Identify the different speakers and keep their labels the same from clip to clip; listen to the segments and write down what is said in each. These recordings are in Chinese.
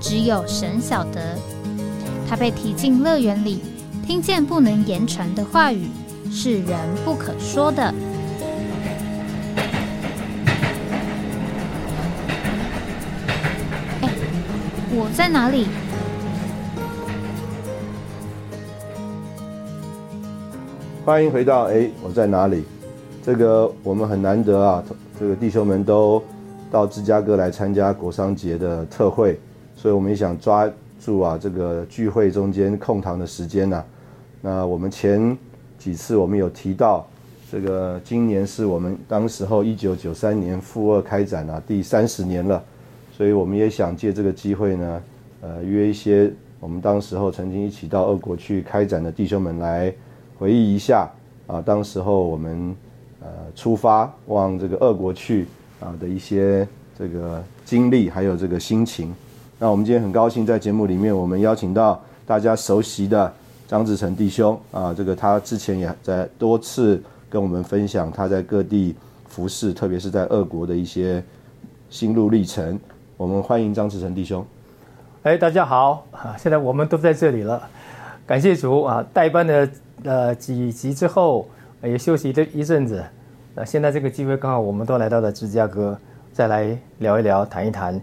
Speaker 1: 只有神晓得。他被提进乐园里，听见不能言传的话语，是人不可说的。哎我在哪里？
Speaker 2: 欢迎回到哎，我在哪里？这个我们很难得啊，这个弟兄们都到芝加哥来参加国商节的特会，所以我们也想抓住啊这个聚会中间空堂的时间呐、啊那我们前几次我们有提到，这个今年是我们当时候一九九三年负二开展啊第三十年了，所以我们也想借这个机会呢，呃，约一些我们当时候曾经一起到俄国去开展的弟兄们来回忆一下啊，当时候我们呃出发往这个俄国去啊的一些这个经历，还有这个心情。那我们今天很高兴在节目里面，我们邀请到大家熟悉的张志成弟兄啊，这个他之前也在多次跟我们分享他在各地服饰，特别是在俄国的一些心路历程。我们欢迎张志成弟兄。
Speaker 3: 哎，大家好啊！现在我们都在这里了，感谢主啊！代班的呃几集之后，呃也休息了一阵子，那、现在这个机会刚好我们都来到了芝加哥，再来聊一聊，谈一谈，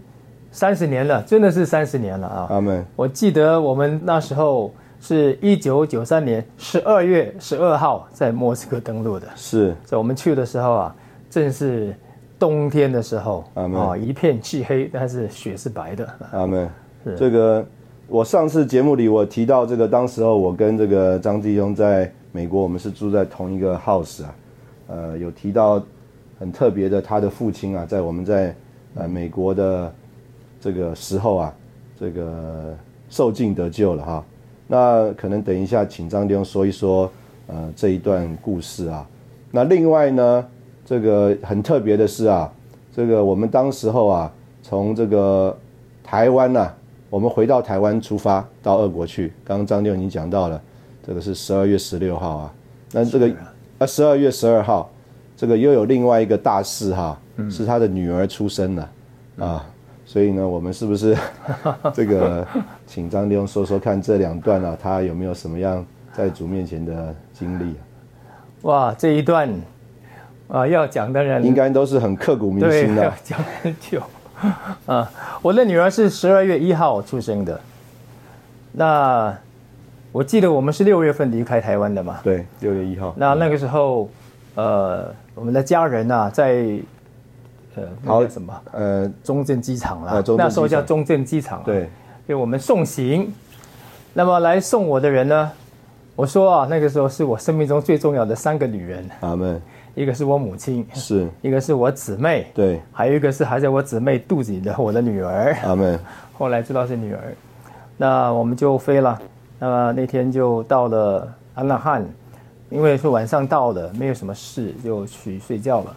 Speaker 3: 三十年了，真的是三十年了啊！
Speaker 2: 阿门。
Speaker 3: 我记得我们那时候是一九九三年十二月十二号在莫斯科登陆的，
Speaker 2: 是
Speaker 3: 所以我们去的时候啊，正是冬天的时候
Speaker 2: 阿们
Speaker 3: 啊，一片漆黑，但是雪是白的。啊
Speaker 2: 阿门。这个我上次节目里我提到这个，当时候我跟这个张弟兄在美国，我们是住在同一个 house 啊，呃，有提到很特别的，他的父亲啊，在我们在呃美国的这个时候啊，这个受尽得救了哈。那可能等一下请张弟兄说一说，呃，这一段故事啊。那另外呢，这个很特别的是啊，这个我们当时候啊，从这个台湾呐、我们回到台湾出发到俄国去。刚刚张六已经讲到了，这个是十二月十六号啊，那这个啊十二月十二号，这个又有另外一个大事哈、是他的女儿出生了啊，所以呢，我们是不是 这 个请张六说说看这两段啊，他有没有什么样在主面前的经历、啊？
Speaker 3: 哇，这一段啊、要讲当然
Speaker 2: 应该啊都是很刻骨铭
Speaker 3: 对
Speaker 2: 心
Speaker 3: 要
Speaker 2: 的，
Speaker 3: 讲很久啊。我的女儿是十二月一号出生的，那我记得我们是六月份离开台湾的嘛。
Speaker 2: 对，六月一号，
Speaker 3: 那那个时候，呃，我们的家人呐、在呃那
Speaker 2: 好
Speaker 3: 个什么
Speaker 2: 呃，
Speaker 3: 中正机场啦，
Speaker 2: 啊中正机场
Speaker 3: 那时候叫中正机场、啊，
Speaker 2: 对，
Speaker 3: 给我们送行。那么来送我的人呢，我说啊，那个时候是我生命中最重要的三个女人，
Speaker 2: 阿门，
Speaker 3: 一个是我母亲，
Speaker 2: 是
Speaker 3: 一个是我姊妹，
Speaker 2: 对，
Speaker 3: 还有一个是还在我姊妹肚子里的我的女儿，
Speaker 2: 阿门，
Speaker 3: 后来知道是女儿，那我们就飞了。那么那天就到了安纳汉，因为是晚上到的，没有什么事，就去睡觉了。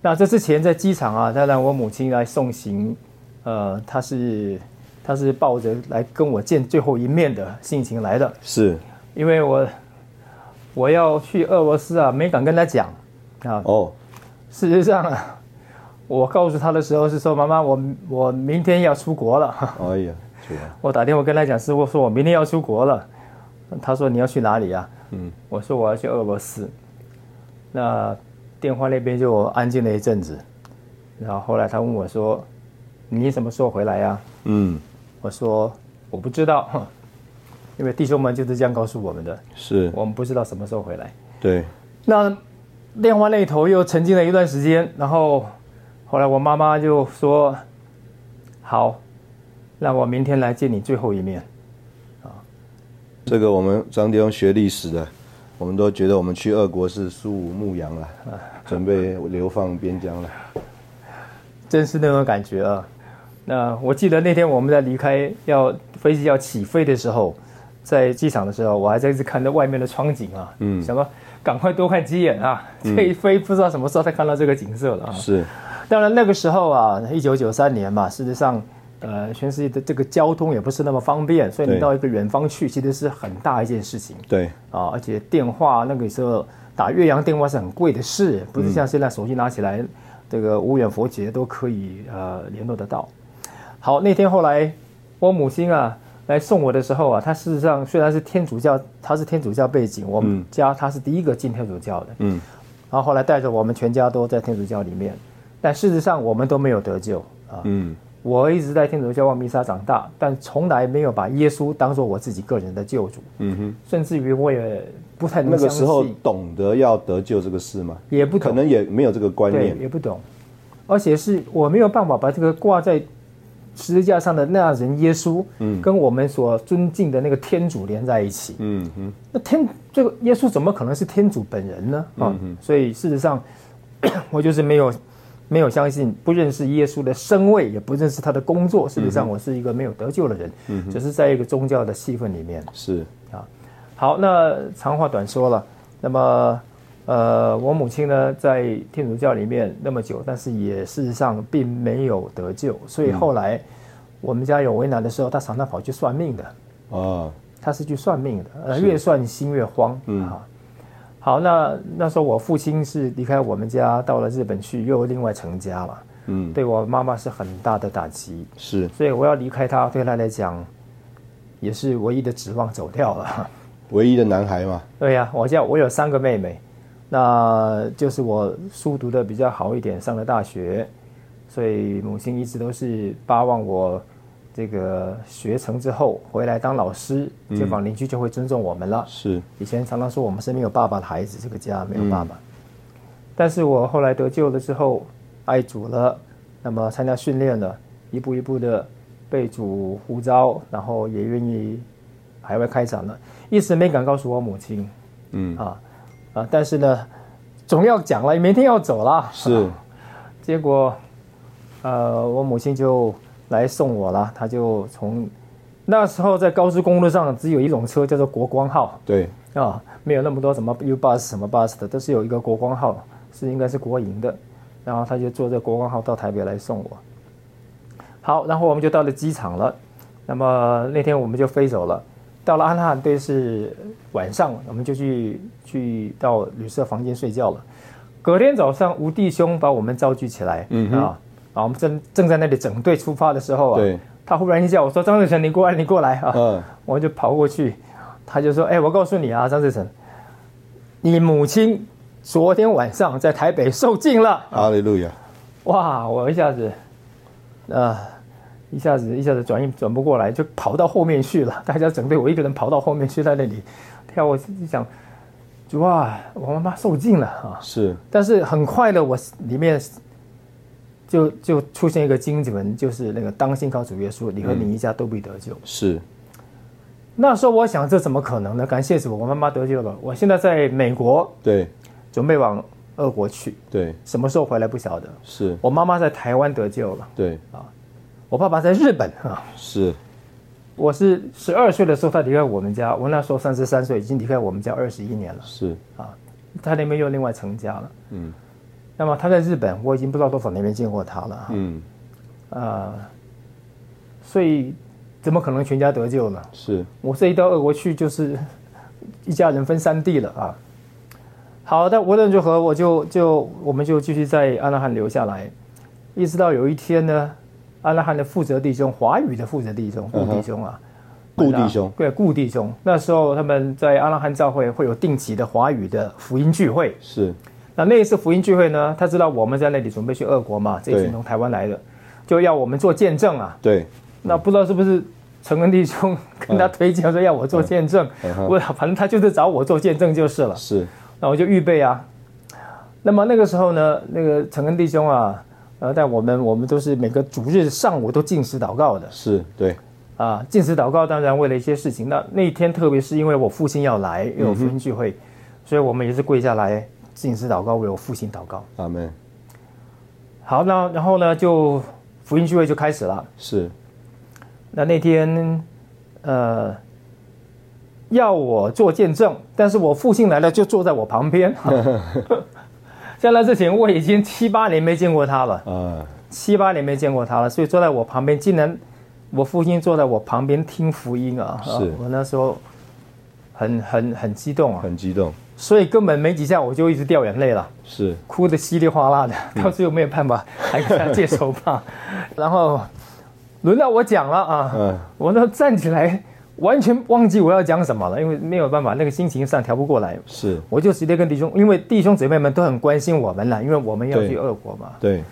Speaker 3: 那这之前在机场啊，当然我母亲来送行，呃，她是她是抱着来跟我见最后一面的心情来的，
Speaker 2: 是
Speaker 3: 因为我我要去俄罗斯啊，没敢跟她讲啊，
Speaker 2: 哦，
Speaker 3: 事实上，啊，我告诉他的时候是说：“妈妈，我我明天要出国了。
Speaker 2: 哎呀，主啊，”
Speaker 3: 我打电话跟他讲，是我说我明天要出国了。他说：“你要去哪里啊？”
Speaker 2: 嗯，
Speaker 3: 我说我要去俄罗斯。那电话那边就安静了一阵子，然后后来他问我说：“你什么时候回来呀、啊
Speaker 2: 嗯，
Speaker 3: 我说：“我不知道， 因为弟兄们就是这样告诉我们的，
Speaker 2: 是
Speaker 3: 我们不知道什么时候回来。”
Speaker 2: 对，
Speaker 3: 那电话那头又沉浸了一段时间，然后后来我妈妈就说：“好，那我明天来见你最后一面。
Speaker 2: 这个我们张弟兄学历史的，我们都觉得我们去俄国是苏武牧羊了，准备流放边疆了。”
Speaker 3: 真是那种感觉啊！那我记得那天我们在离开要飞机要起飞的时候，在机场的时候，我还在一直看着外面的窗景啊，嗯，想说赶快多看几眼啊， 这一飞不知道什么时候才看到这个景色了啊。
Speaker 2: 是，
Speaker 3: 当然那个时候啊，一九九三年嘛，事实上，呃，全世界的这个交通也不是那么方便，所以你
Speaker 2: 对
Speaker 3: 到一个远方去，其实是很大一件事情
Speaker 2: 对，
Speaker 3: 啊。而且电话那个时候打岳阳电话是很贵的事，不是像现在手机拿起来，这个无远佛界都可以呃联络得到。好，那天后来我母亲啊来送我的时候啊，她事实上虽然是天主教，她是天主教背景，我们家她是第一个进天主教的，
Speaker 2: 嗯，
Speaker 3: 然后后来带着我们全家都在天主教里面，但事实上我们都没有得救啊。
Speaker 2: 嗯，
Speaker 3: 我一直在天主教望弥撒长大，但从来没有把耶稣当做我自己个人的救主，
Speaker 2: 嗯哼，
Speaker 3: 甚至于我也不太能
Speaker 2: 那个
Speaker 3: 相
Speaker 2: 时
Speaker 3: 信，
Speaker 2: 候懂得要得救这个事吗？
Speaker 3: 也不
Speaker 2: 可
Speaker 3: 懂，
Speaker 2: 能也没有这个观
Speaker 3: 对，
Speaker 2: 念，
Speaker 3: 也不懂，而且是我没有办法把这个挂在十字架上的那人耶稣，嗯，跟我们所尊敬的那个天主连在一起，
Speaker 2: 嗯哼，
Speaker 3: 那天这个耶稣怎么可能是天主本人呢？啊、所以事实上， 我就是没有没有相信，不认识耶稣的身位，也不认识他的工作。事实上，我是一个没有得救的人，只是在一个宗教的气氛里面。
Speaker 2: 是，
Speaker 3: 好，那长话短说了。那么，呃，我母亲呢，在天主教里面那么久，但是也事实上并没有得救，所以后来我们家有为难的时候，她常常跑去算命的。
Speaker 2: 哦，
Speaker 3: 他是去算命的，呃，越算心越慌、啊。好，那那时候我父亲是离开我们家到了日本去，又另外成家了，
Speaker 2: 嗯，
Speaker 3: 对我妈妈是很大的打击，
Speaker 2: 是，
Speaker 3: 所以我要离开他，对他来讲也是唯一的指望走掉了。
Speaker 2: 唯一的男孩嘛，
Speaker 3: 对呀、我家我有三个妹妹，那就是我书读的比较好一点，上了大学，所以母亲一直都是巴望我这个学成之后回来当老师，街坊邻居就会尊重我们了。
Speaker 2: 是，
Speaker 3: 以前常常说我们是没有爸爸的孩子，这个家没有爸爸。但是我后来得救了之后，爱哎主了，那么参加训练了，一步一步的被主呼召，然后也愿意海外开展了，一时没敢告诉我母亲
Speaker 2: 嗯，
Speaker 3: 啊啊，但是呢，总要讲了，明天要走了，
Speaker 2: 是，
Speaker 3: 结果，呃，我母亲就来送我了，她就从那时候在高速公路上只有一种车叫做国光号。
Speaker 2: 对，
Speaker 3: 啊，没有那么多什么 U bus 什么 bus 的，都是有一个国光号，是应该是国营的，然后他就坐这国光号到台北来送我。好，然后我们就到了机场了，那么那天我们就飞走了。到了安汉队是晚上，我们就去去到旅社房间睡觉了。隔天早上，吴弟兄把我们召聚起来，嗯啊，啊，我们正正在那里整队出发的时候啊，
Speaker 2: 对，
Speaker 3: 他忽然一叫我说：“张志成，你过来，你过来啊！”
Speaker 2: 嗯，
Speaker 3: 我就跑过去，他就说：“哎、我告诉你啊，张志成，你母亲昨天晚上在台北受尽了。
Speaker 2: 哈利路亚，”
Speaker 3: 哇！我一下子，呃，一下子一下子转一转不过来，就跑到后面去了。 大家整队，我一个人跑到后面去，在那里跳。我就想，主啊，我妈妈受尽了啊！
Speaker 2: 是，
Speaker 3: 但是很快的，我里面就就出现一个经文，就是那个当心靠主耶稣，你和你一家都必得救。
Speaker 2: 是，
Speaker 3: 那时候我想，这怎么可能呢？感谢主，我妈妈得救了。我现在在美国，
Speaker 2: 对，
Speaker 3: 准备往俄国去，
Speaker 2: 对，
Speaker 3: 什么时候回来不晓得。
Speaker 2: 是，
Speaker 3: 我妈妈在台湾得救了，
Speaker 2: 对，
Speaker 3: 我爸爸在日本啊。
Speaker 2: 是，
Speaker 3: 我是十二岁的时候，他离开我们家，我那时候三十三岁，已经离开我们家二十一年了
Speaker 2: 是，
Speaker 3: 啊。他那边又另外成家了，
Speaker 2: 嗯，
Speaker 3: 那么他在日本，我已经不知道多少年没见过他了啊、
Speaker 2: 嗯，
Speaker 3: 呃所以怎么可能全家得救呢？
Speaker 2: 是，
Speaker 3: 我这一到俄国去就是 一家人分三地了啊。好，但无论如何，我就就我们就继续在安拉汗留下来，一直到有一天呢，安拉汗的负责弟兄，华语的负责弟兄顾弟兄啊，
Speaker 2: 顾弟兄，
Speaker 3: 对顾弟兄，那时候他们在安拉汗教会会有定期的华语的福音聚会，
Speaker 2: 是，
Speaker 3: 那那一次福音聚会呢，他知道我们在那里准备去俄国嘛，这一
Speaker 2: 对
Speaker 3: 群从台湾来的，就要我们做见证啊，
Speaker 2: 对，
Speaker 3: 那不知道是不是陈恩弟兄 跟他推荐说要我做见证
Speaker 2: 嗯嗯嗯，哼
Speaker 3: 我反正他就是找我做见证就是了。
Speaker 2: 是，
Speaker 3: 那我就预备啊。那么那个时候呢，那个陈恩弟兄啊，呃，但我们我们都是每个主日上午都进食祷告的
Speaker 2: 是，对，
Speaker 3: 啊，进食祷告当然为了一些事情。那那一天特别是因为我父亲要来，又有福音聚
Speaker 2: 嗯
Speaker 3: 会，所以我们也是跪下来进食祷告，为我父亲祷告。
Speaker 2: 阿门，
Speaker 3: 好，那然后呢，就福音聚会就开始了。
Speaker 2: 是
Speaker 3: 那那天，呃，要我做见证，但是我父亲来了就坐在我旁边。 在那之前，我已经七八年没见过他了，
Speaker 2: 啊，
Speaker 3: 七八年没见过他了，所以坐在我旁边，竟然我父亲坐在我旁边听福音啊！
Speaker 2: 是
Speaker 3: 啊我那时候很很很激动啊，
Speaker 2: 很激动，
Speaker 3: 所以根本没几下我就一直掉眼泪了。
Speaker 2: 是
Speaker 3: 哭得稀里哗啦的，到最后没有办法，还跟他借手帕。 然后轮到我讲了啊，
Speaker 2: 嗯
Speaker 3: 我都站起来，完全忘记我要讲什么了，因为没有办法，那个心情上调不过来，
Speaker 2: 是，
Speaker 3: 我就直接跟弟兄，因为弟兄姊妹们都很关心我们了，因为我们要
Speaker 2: 对
Speaker 3: 去俄国嘛，
Speaker 2: 对，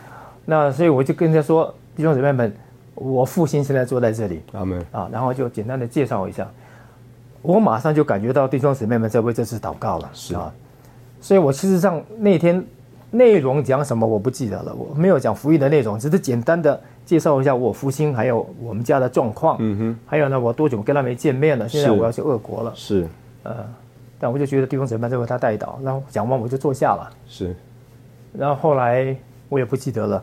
Speaker 3: 那所以我就跟他说，弟兄姊妹们，我父亲现在坐在这里
Speaker 2: 阿门，
Speaker 3: 啊，然后就简单的介绍一下，我马上就感觉到弟兄姊妹们在为这次祷告了，
Speaker 2: 是
Speaker 3: 啊，所以我事实上那天内容讲什么我不记得了，我没有讲福音的内容，只是简单的介绍一下我父亲还有我们家的状况，
Speaker 2: 嗯哼，
Speaker 3: 还有呢我多久跟他没见面了，现在
Speaker 2: 是
Speaker 3: 我要去俄国了，
Speaker 2: 是
Speaker 3: 但我就觉得弟兄姊妹在为他带祷，然后讲完我就坐下了，
Speaker 2: 是
Speaker 3: 然后后来我也不记得了，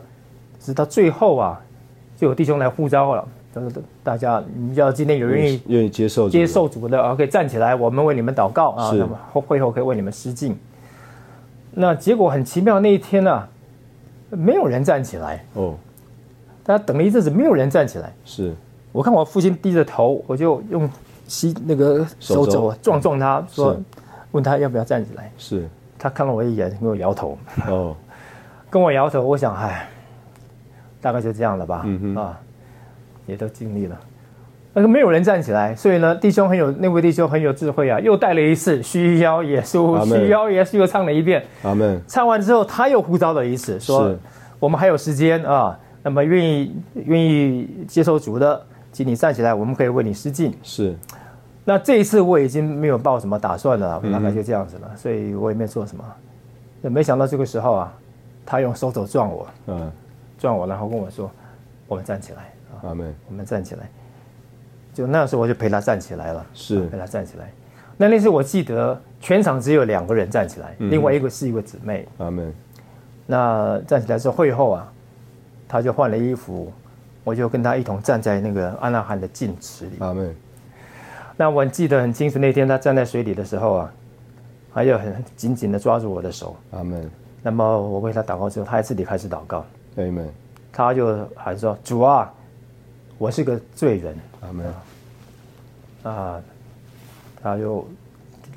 Speaker 3: 直到最后啊，就有弟兄来呼召了，他说大家你要今天有愿意
Speaker 2: 愿意接受这个
Speaker 3: 接受主的啊，可以站起来，我们为你们祷告啊，
Speaker 2: 嗯是
Speaker 3: 那么后会后可以为你们施浸。那结果很奇妙，那一天呢、没有人站起来，
Speaker 2: 哦，
Speaker 3: 大家等了一阵子，没有人站起来。
Speaker 2: 是
Speaker 3: 我看我父亲低着头，我就用膝那个手
Speaker 2: 手肘嗯
Speaker 3: 肘啊撞撞他，说
Speaker 2: 是
Speaker 3: 问他要不要站起来。
Speaker 2: 是
Speaker 3: 他看了我一眼，跟我摇头，
Speaker 2: 哦，
Speaker 3: 跟我摇头。我想，唉，大概就这样了吧，
Speaker 2: 嗯哼
Speaker 3: 啊，也都尽力了。那个没有人站起来，所以呢，弟兄很有那位弟兄很有智慧啊，又带了一次需要耶稣，
Speaker 2: 阿门
Speaker 3: 需要耶稣又唱了一遍，
Speaker 2: 阿门，
Speaker 3: 唱完之后他又呼召了一次，说
Speaker 2: 是
Speaker 3: 我们还有时间啊，那么愿意愿意接受主的，请你站起来，我们可以为你施浸。
Speaker 2: 是
Speaker 3: 那这一次我已经没有抱什么打算了，
Speaker 2: 嗯
Speaker 3: 大概就这样子了，所以我也没做什么。那没想到这个时候啊，他用手肘撞我，
Speaker 2: 嗯，
Speaker 3: 撞我，然后跟我说：“我们站起来。”
Speaker 2: 阿门，
Speaker 3: 我们站起来。就那时候我就陪他站起来了，
Speaker 2: 是
Speaker 3: 啊陪他站起来。那那次我记得全场只有两个人站起来，
Speaker 2: 嗯
Speaker 3: 另外一个是一个姊妹。
Speaker 2: 阿门，
Speaker 3: 那站起来之后会后啊，她就换了衣服，我就跟她一同站在那个安纳罕的净池里。
Speaker 2: 阿门，
Speaker 3: 那我记得很清楚，那天她站在水里的时候啊，还有很紧紧的抓住我的手。
Speaker 2: 阿门
Speaker 3: 那么我为她祷告之后，她还自己开始祷告，
Speaker 2: ，amen，
Speaker 3: 她就喊说：“主啊，我是个罪人。”
Speaker 2: 阿门，
Speaker 3: 啊，他就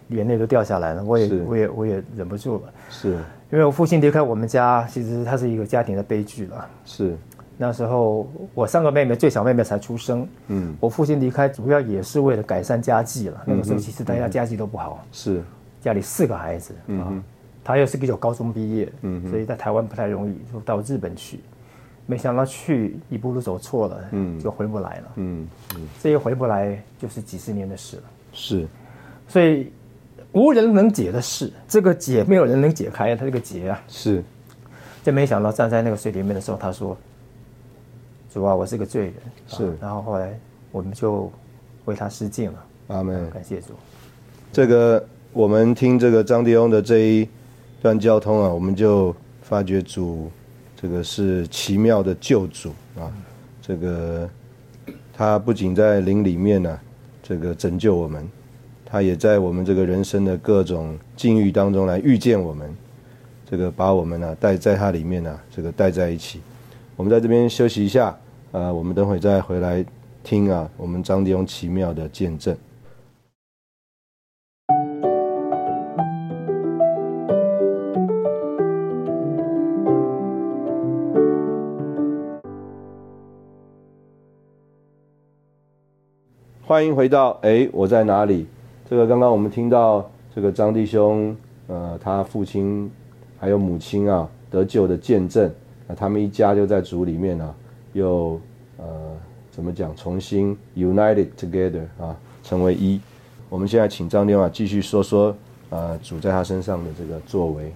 Speaker 3: 眼泪都掉下来了，我也
Speaker 2: 是
Speaker 3: 我也我也忍不住了，
Speaker 2: 是
Speaker 3: 因为我父亲离开我们家，其实他是一个家庭的悲剧了。
Speaker 2: 是，
Speaker 3: 那时候我三个妹妹，最小妹妹才出生，
Speaker 2: 嗯，
Speaker 3: 我父亲离开主要也是为了改善家计了。那个时
Speaker 2: 嗯
Speaker 3: 候其实大家家计都不好，
Speaker 2: 是
Speaker 3: 家里四个孩子
Speaker 2: 嗯
Speaker 3: 啊，他又是个有高中毕业，所以在台湾不太容易，就到日本去。没想到去一步路走错了，
Speaker 2: 嗯
Speaker 3: 就回不来了。
Speaker 2: 嗯
Speaker 3: 这一回不来就是几十年的事了。
Speaker 2: 是
Speaker 3: 所以无人能解的事，这个解没有人能解开，他这个结啊，
Speaker 2: 是
Speaker 3: 就没想到站啊在那个水里面的时候，他说：“主啊，我是个罪人。啊”
Speaker 2: 是
Speaker 3: 然后后来我们就为他施敬了，
Speaker 2: 阿门。
Speaker 3: 感谢主。
Speaker 2: 这个我们听这个张迪翁的这一段交通啊，我们就发觉主这个是奇妙的救主啊，这个他不仅在灵里面呢、这个拯救我们，他也在我们这个人生的各种境遇当中来遇见我们，这个把我们呢、带在他里面呢、这个带在一起。我们在这边休息一下，呃，我们等会再回来听啊，我们张迪翁奇妙的见证。欢迎回到哎，我在哪里？这个刚刚我们听到这个张弟兄，呃，他父亲还有母亲啊得救的见证，那他们一家就在主里面啊，又呃怎么讲，重新 united together 啊，成为一。我们现在请张弟兄啊继续说说呃主在他身上的这个作为。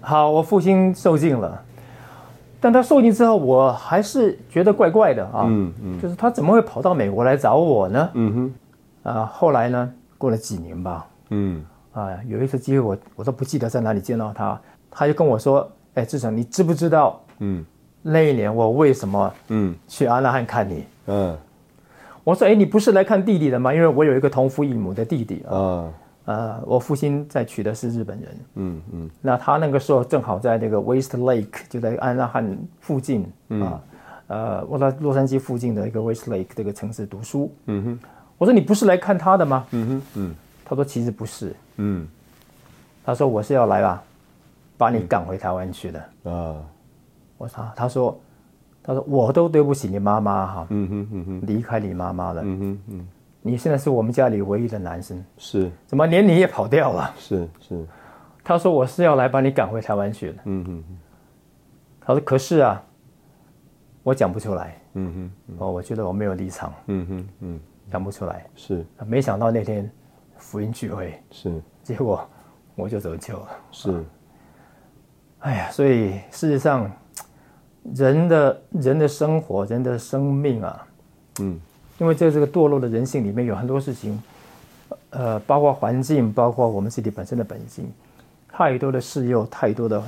Speaker 3: 好，我父亲受尽了，但他受尽之后，我还是觉得怪怪的啊，
Speaker 2: 嗯嗯
Speaker 3: 就是他怎么会跑到美国来找我呢？
Speaker 2: 嗯哼
Speaker 3: 啊，后来呢，过了几年吧，
Speaker 2: 嗯
Speaker 3: 啊，有一次机会我我都不记得在哪里见到他，他就跟我说：“哎，志成，你知不知道
Speaker 2: 嗯
Speaker 3: 那一年我为什么
Speaker 2: 嗯
Speaker 3: 去阿那汉看你？
Speaker 2: 嗯
Speaker 3: 我说，哎，你不是来看弟弟的吗？因为我有一个同父异母的弟弟啊，
Speaker 2: 啊
Speaker 3: 呃，我父亲在娶的是日本人，
Speaker 2: 嗯嗯
Speaker 3: 那他那个时候正好在那个 West Lake，就在安纳汉附近
Speaker 2: 嗯
Speaker 3: 啊，呃，我在洛杉矶附近的一个 West Lake 这个城市读书。
Speaker 2: 嗯哼
Speaker 3: 我说你不是来看他的吗？
Speaker 2: 嗯哼嗯
Speaker 3: 他说其实不是，
Speaker 2: 嗯
Speaker 3: 他说我是要来啊，把你赶回台湾去的。
Speaker 2: 啊
Speaker 3: 我说他他说他说我都对不起你妈妈哈、
Speaker 2: 嗯哼嗯哼
Speaker 3: 离开你妈妈了，
Speaker 2: 嗯哼嗯
Speaker 3: 你现在是我们家里唯一的男生，
Speaker 2: 是
Speaker 3: 怎么连你也跑掉了？
Speaker 2: 是是
Speaker 3: 他说我是要来把你赶回台湾去的。
Speaker 2: 嗯哼
Speaker 3: 他说可是啊，我讲不出来。
Speaker 2: 嗯哼
Speaker 3: 哦，我觉得我没有立场，
Speaker 2: 嗯哼嗯
Speaker 3: 讲不出来。
Speaker 2: 是
Speaker 3: 没想到那天福音聚会，
Speaker 2: 是
Speaker 3: 结果我就得救了。
Speaker 2: 是
Speaker 3: 哎呀，所以事实上，人的人的生活，人的生命啊，
Speaker 2: 嗯
Speaker 3: 因为在这个堕落的人性里面，有很多事情，呃，包括环境，包括我们自己本身的本性，太多的事又太多的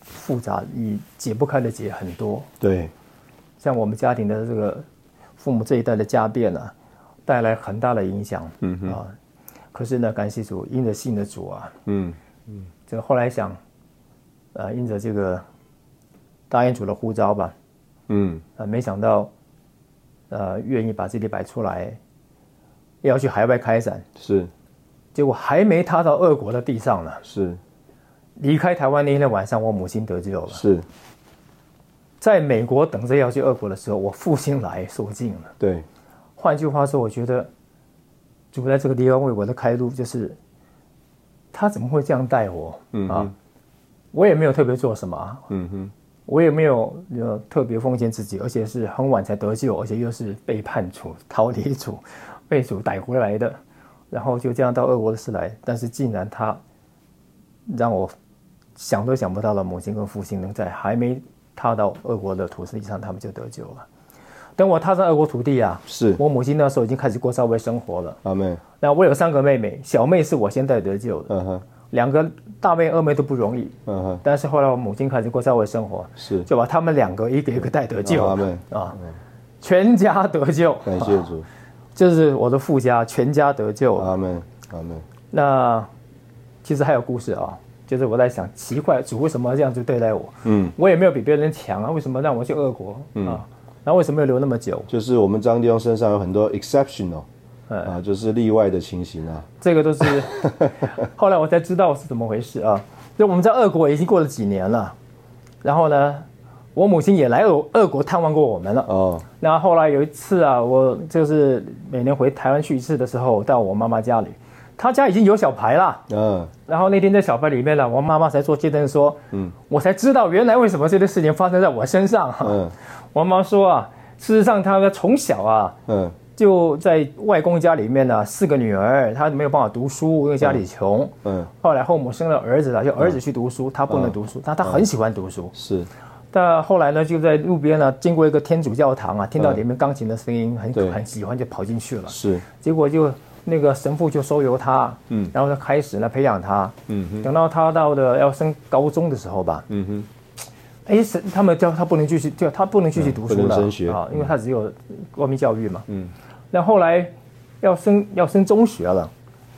Speaker 3: 复杂，你解不开的结很多。
Speaker 2: 对
Speaker 3: 像我们家庭的这个父母这一代的家变呢、带来很大的影响。嗯啊，可是呢，感谢主，因着信的主啊，
Speaker 2: 嗯
Speaker 3: 这个后来想，呃，因着这个大恩主的呼召吧，
Speaker 2: 嗯
Speaker 3: 呃，没想到，呃，愿意把自己摆出来，要去海外开展，
Speaker 2: 是
Speaker 3: 结果还没踏到俄国的地上呢，
Speaker 2: 是
Speaker 3: 离开台湾那天晚上，我母亲得救了。
Speaker 2: 是
Speaker 3: 在美国等着要去俄国的时候，我父亲来受尽了。
Speaker 2: 对
Speaker 3: 换句话说，我觉得主在这个地方为我的开路，就是他怎么会这样待我、
Speaker 2: 嗯
Speaker 3: 啊
Speaker 2: 哼？
Speaker 3: 我也没有特别做什么啊，
Speaker 2: 嗯哼
Speaker 3: 我也没有呃特别奉献自己，而且是很晚才得救，而且又是背叛主、逃离主、被主逮回来的，然后就这样到俄国的斯来，但是竟然他让我想都想不到的母亲跟父亲能在还没踏到俄国的土地上，他们就得救了。等我踏上俄国土地啊，
Speaker 2: 是
Speaker 3: 我母亲那时候已经开始过稍微生活了。
Speaker 2: 阿妹
Speaker 3: 那我有三个妹妹，小妹是我先带得救的，
Speaker 2: 嗯哼
Speaker 3: 两个大妹、二妹都不容易。
Speaker 2: 嗯哼
Speaker 3: 但是后来我母亲开始过稍微生活，
Speaker 2: 是
Speaker 3: 就把她们两个一个一个带得救
Speaker 2: 阿妹
Speaker 3: 啊，全家得救，啊
Speaker 2: 感谢主
Speaker 3: 这是我的父家，全家得救。
Speaker 2: 阿妹阿妹
Speaker 3: 那其实还有故事啊，就是我在想，奇怪，主为什么要这样子对待我？
Speaker 2: 嗯。
Speaker 3: 我也没有比别人强啊，为什么让我去俄国啊？然后为什么要留那么久？
Speaker 2: 就是我们张弟兄身上有很多 exceptional，
Speaker 3: 嗯
Speaker 2: 啊，就是例外的情形啊。
Speaker 3: 这个都是 后来我才知道是怎么回事啊。就我们在俄国已经过了几年了，然后呢，我母亲也来俄俄国探望过我们了。
Speaker 2: 哦，
Speaker 3: 然后后来有一次啊，我就是每年回台湾去一次的时候，到我妈妈家里，她家已经有小牌了。
Speaker 2: 嗯
Speaker 3: 然后那天在小牌里面呢，我妈妈才做见证说，
Speaker 2: 嗯
Speaker 3: 我才知道原来为什么这件事情发生在我身上、哈。
Speaker 2: 嗯
Speaker 3: 我妈妈说啊，事实上她从小啊，
Speaker 2: 嗯
Speaker 3: 就在外公家里面呢，四个女儿，她没有办法读书，因为家里穷。
Speaker 2: 嗯，
Speaker 3: 后来后母生了儿子了，就儿子去读书，她不能读书，但她很喜欢读书。
Speaker 2: 是，
Speaker 3: 但后来呢，就在路边呢，经过一个天主教堂啊，听到
Speaker 2: 嗯
Speaker 3: 里面钢琴的声音，很
Speaker 2: 对
Speaker 3: 很喜欢，就跑进去了。
Speaker 2: 是，
Speaker 3: 结果就那个神父就收留她，
Speaker 2: 嗯
Speaker 3: 然后就开始呢培养她。
Speaker 2: 嗯哼，
Speaker 3: 等到她到的要升高中的时候吧，
Speaker 2: 嗯哼，
Speaker 3: 哎，神他们叫她不能继续，就她不能继续读
Speaker 2: 不
Speaker 3: 书
Speaker 2: 能
Speaker 3: 了
Speaker 2: 升学
Speaker 3: 啊，因为她只有国民教育嘛。
Speaker 2: 嗯
Speaker 3: 那后来要升要升中学了，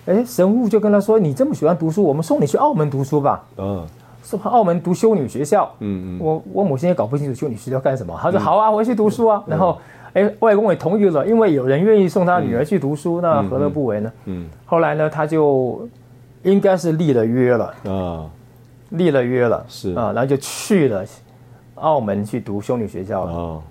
Speaker 3: 哎，神父就跟他说：“你这么喜欢读书，我们送你去澳门读书吧，
Speaker 2: 哦，
Speaker 3: 是吧？澳门读修女学校。”
Speaker 2: 嗯嗯
Speaker 3: 我我母亲也搞不清楚修女学校干什么，她说：“好啊，我去读书
Speaker 2: 嗯
Speaker 3: 啊。然后，哎，外公也同意了，因为有人愿意送他女儿去读书，那何乐不为呢？
Speaker 2: 嗯
Speaker 3: 后来呢，他就应该是立了约了，
Speaker 2: 啊
Speaker 3: 立了约了，
Speaker 2: 是
Speaker 3: 啊，然后就去了澳门去读修女学校了。
Speaker 2: 哦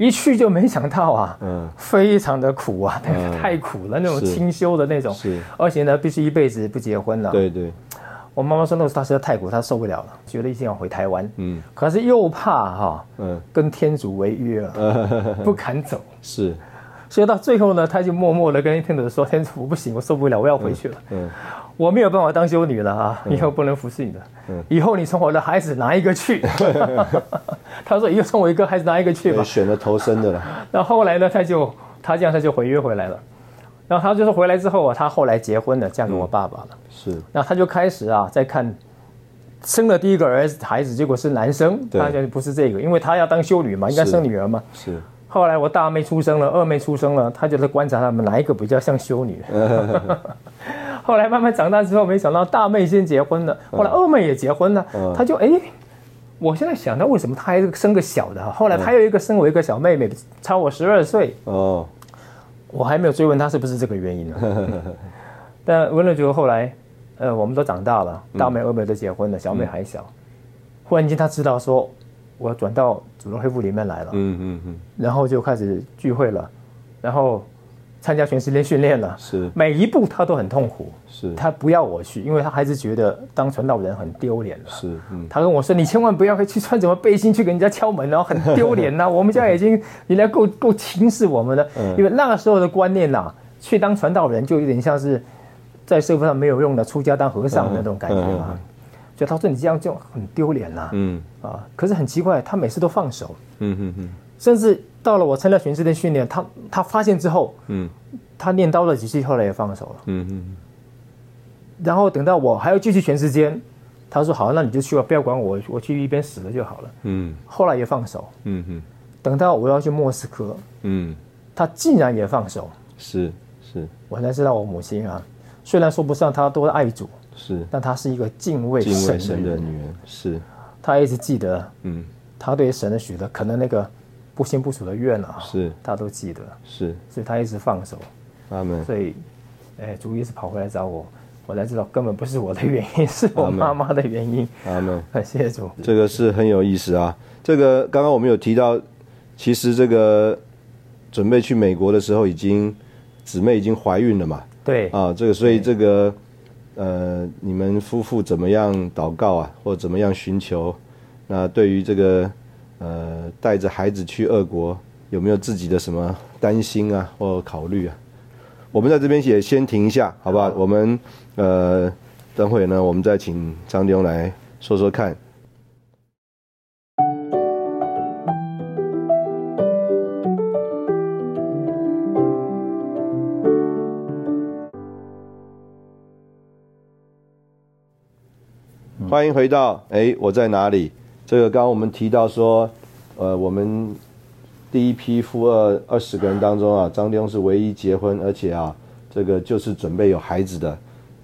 Speaker 3: 一去就没想到啊，
Speaker 2: 嗯
Speaker 3: 非常的苦啊，
Speaker 2: 嗯
Speaker 3: 太苦了，那种
Speaker 2: 是
Speaker 3: 清修的那种，
Speaker 2: 是
Speaker 3: 而且呢，必须一辈子不结婚了。
Speaker 2: 对对
Speaker 3: 我妈妈说那时候她实在太苦，她受不了了，觉得一定要回台湾，
Speaker 2: 嗯
Speaker 3: 可是又怕哈、
Speaker 2: 嗯
Speaker 3: 跟天主违约了， 不肯走，
Speaker 2: 是
Speaker 3: 所以到最后呢，她就默默的跟天主说：“天主，我不行，我受不了，我要回去了，
Speaker 2: 嗯
Speaker 3: 我没有办法当修女了啊，以后不能服侍你了，
Speaker 2: 嗯
Speaker 3: 以后你从我的孩子拿一 个去。” 她说：“以后从我一个孩子拿一个去吧
Speaker 2: 对，。”选了头生的了，
Speaker 3: 那后来呢，他就他这样他就回约回来了。然后他就是回
Speaker 2: 嗯
Speaker 3: 来之后啊，他后来结婚了，嫁给我爸爸了。
Speaker 2: 是
Speaker 3: 那他就开始啊，在看生了第一个儿子孩子，结果是男生，
Speaker 2: 对
Speaker 3: 他就不是这个，因为他要当修女嘛，应该
Speaker 2: 是
Speaker 3: 生女儿嘛。
Speaker 2: 是，
Speaker 3: 后来我大妹出生了，二妹出生了，他就在观察他们哪一个比较像 修女。后来慢慢长大之后，没想到大妹先结婚了，后来二妹也结婚了，
Speaker 2: 嗯
Speaker 3: 他就哎，我现在想到为什么他还生个小的啊？后来
Speaker 2: 嗯
Speaker 3: 他又一个生我一个小妹妹，差我十二岁，
Speaker 2: 哦，
Speaker 3: 我还没有追问他是不是这个原因呢。但温了之后，后来，呃，我们都长大了，大妹、二妹都结婚了，小妹还小。忽然间，他知道说，我转到主动恢复里面来了，
Speaker 2: 嗯嗯嗯，
Speaker 3: 然后就开始聚会了，然后参加全时间训练了。
Speaker 2: 是
Speaker 3: 每一步他都很痛苦，
Speaker 2: 是
Speaker 3: 他不要我去，因为他还是觉得当传道人很丢脸了。
Speaker 2: 是，嗯
Speaker 3: 他跟我说：“你千万不要去穿什么背心去给人家敲门哦，很丢 脸呐、我们家已经人家够够轻视我们了，
Speaker 2: 嗯
Speaker 3: 因为那个时候的观念呐、去当传道人就有点像是在社会上没有用的出家当和尚那种感觉嘛。
Speaker 2: 嗯嗯嗯
Speaker 3: 所以他说你这样就很丢脸呐、
Speaker 2: 嗯
Speaker 3: 啊！可是很奇怪，他每次都放手，
Speaker 2: 嗯嗯嗯
Speaker 3: 甚至到了我参加巡视的训练，他他发现之后，
Speaker 2: 嗯
Speaker 3: 他念叨了几句，后来也放手了。
Speaker 2: 嗯嗯，
Speaker 3: 然后等到我还要继续全时间，他说好，那你就去吧，不要管我，我去一边死了就好了。
Speaker 2: 嗯
Speaker 3: 后来也放手。
Speaker 2: 嗯嗯
Speaker 3: 等到我要去莫斯科，
Speaker 2: 嗯，
Speaker 3: 他竟然也放手，
Speaker 2: 是是
Speaker 3: 我才知道我母亲啊，虽然说不上她多爱主，
Speaker 2: 是，
Speaker 3: 但她是一个敬畏
Speaker 2: 敬
Speaker 3: 神
Speaker 2: 畏
Speaker 3: 的
Speaker 2: 神的
Speaker 3: 人。
Speaker 2: 女人是，
Speaker 3: 她一直记得
Speaker 2: 嗯
Speaker 3: 她对神的许的，可能那个不清不楚的愿啊，
Speaker 2: 是
Speaker 3: 她都记得，
Speaker 2: 是，
Speaker 3: 所以她一直放手。
Speaker 2: 阿门
Speaker 3: 所以，哎，主一直跑回来找我，我才知道根本不是我的原因，是我妈妈的原因。
Speaker 2: 阿门。
Speaker 3: 感谢主，
Speaker 2: 这个是很有意思啊。这个刚刚我们有提到，其实这个准备去美国的时候，已经姊妹已经怀孕了嘛，
Speaker 3: 对，
Speaker 2: 啊，这个所以这个呃，你们夫妇怎么样祷告啊，或怎么样寻求？那对于这个呃，带着孩子去俄国，有没有自己的什么担心啊或考虑啊？我们在这边也先停一下，好不好？我们呃，等会呢，我们再请张弟兄来说说看。欢迎回到哎，我在哪里？这个刚刚我们提到说，呃，我们第一批富二二十个人当中啊，张弟兄是唯一结婚，而且啊，这个就是准备有孩子的，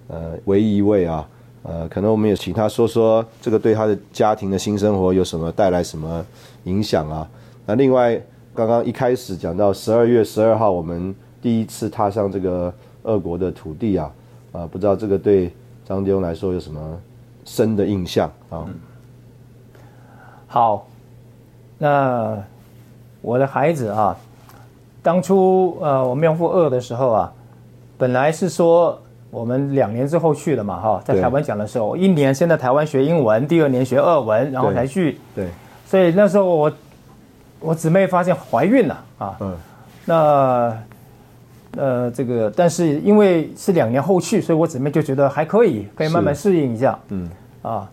Speaker 2: 呃，唯一一位啊，呃，可能我们也请他说说这个对他的家庭的新生活有什么带来什么影响啊？那另外，刚刚一开始讲到十二月十二号，我们第一次踏上这个俄国的土地啊，啊、不知道这个对张弟兄来说有什么深的印象啊？
Speaker 3: 好，那我的孩子啊，当初呃我们要赴二的时候啊，本来是说我们两年之后去的嘛哈，在
Speaker 2: 对
Speaker 3: 台湾讲的时候，一年先在台湾学英文，第二年学俄文，然后
Speaker 2: 对
Speaker 3: 才去。
Speaker 2: 对，
Speaker 3: 所以那时候我我姊妹发现怀孕了啊，
Speaker 2: 嗯
Speaker 3: 那呃这个但是因为是两年后去，所以我姊妹就觉得还可以，可以慢慢
Speaker 2: 是
Speaker 3: 适应一下。
Speaker 2: 嗯
Speaker 3: 啊，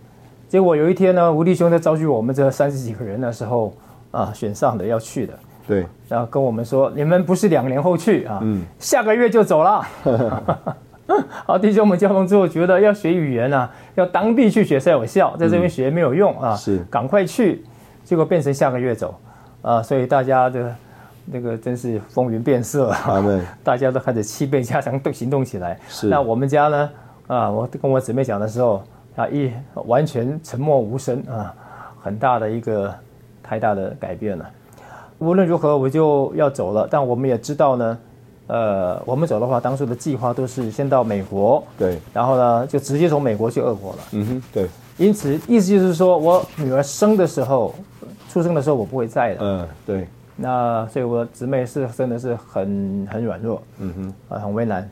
Speaker 3: 结果有一天呢，吴弟兄在招聚我们这三十几个人的时候啊，选上的要去的，
Speaker 2: 对，
Speaker 3: 然后跟我们说，你们不是两年后去啊，
Speaker 2: 嗯
Speaker 3: 下个月就 走了。好，弟兄们交通之后觉得要学语言啊，要当地去学才有效，在这边学没有用啊，
Speaker 2: 嗯是
Speaker 3: 赶快去，结果变成下个月走，啊，所以大家的那个真是风云变色啊。
Speaker 2: 阿 门，
Speaker 3: 大家都开始七倍加强动行动起来。
Speaker 2: 是
Speaker 3: 那我们家呢？啊，我跟我姊妹讲的时候，啊，一完全沉默无声啊，很大的一个太大的改变了。无论如何，我就要走了，但我们也知道呢，呃，我们走的话，当初的计划都是先到美国，
Speaker 2: 对，
Speaker 3: 然后呢，就直接从美国去俄国了。
Speaker 2: 嗯哼，对，
Speaker 3: 因此，意思就是说我女儿生的时候，出生的时候我不会在的。
Speaker 2: 嗯对，
Speaker 3: 那所以我姊妹是真的是很很软弱，
Speaker 2: 嗯哼，
Speaker 3: 啊，很为难，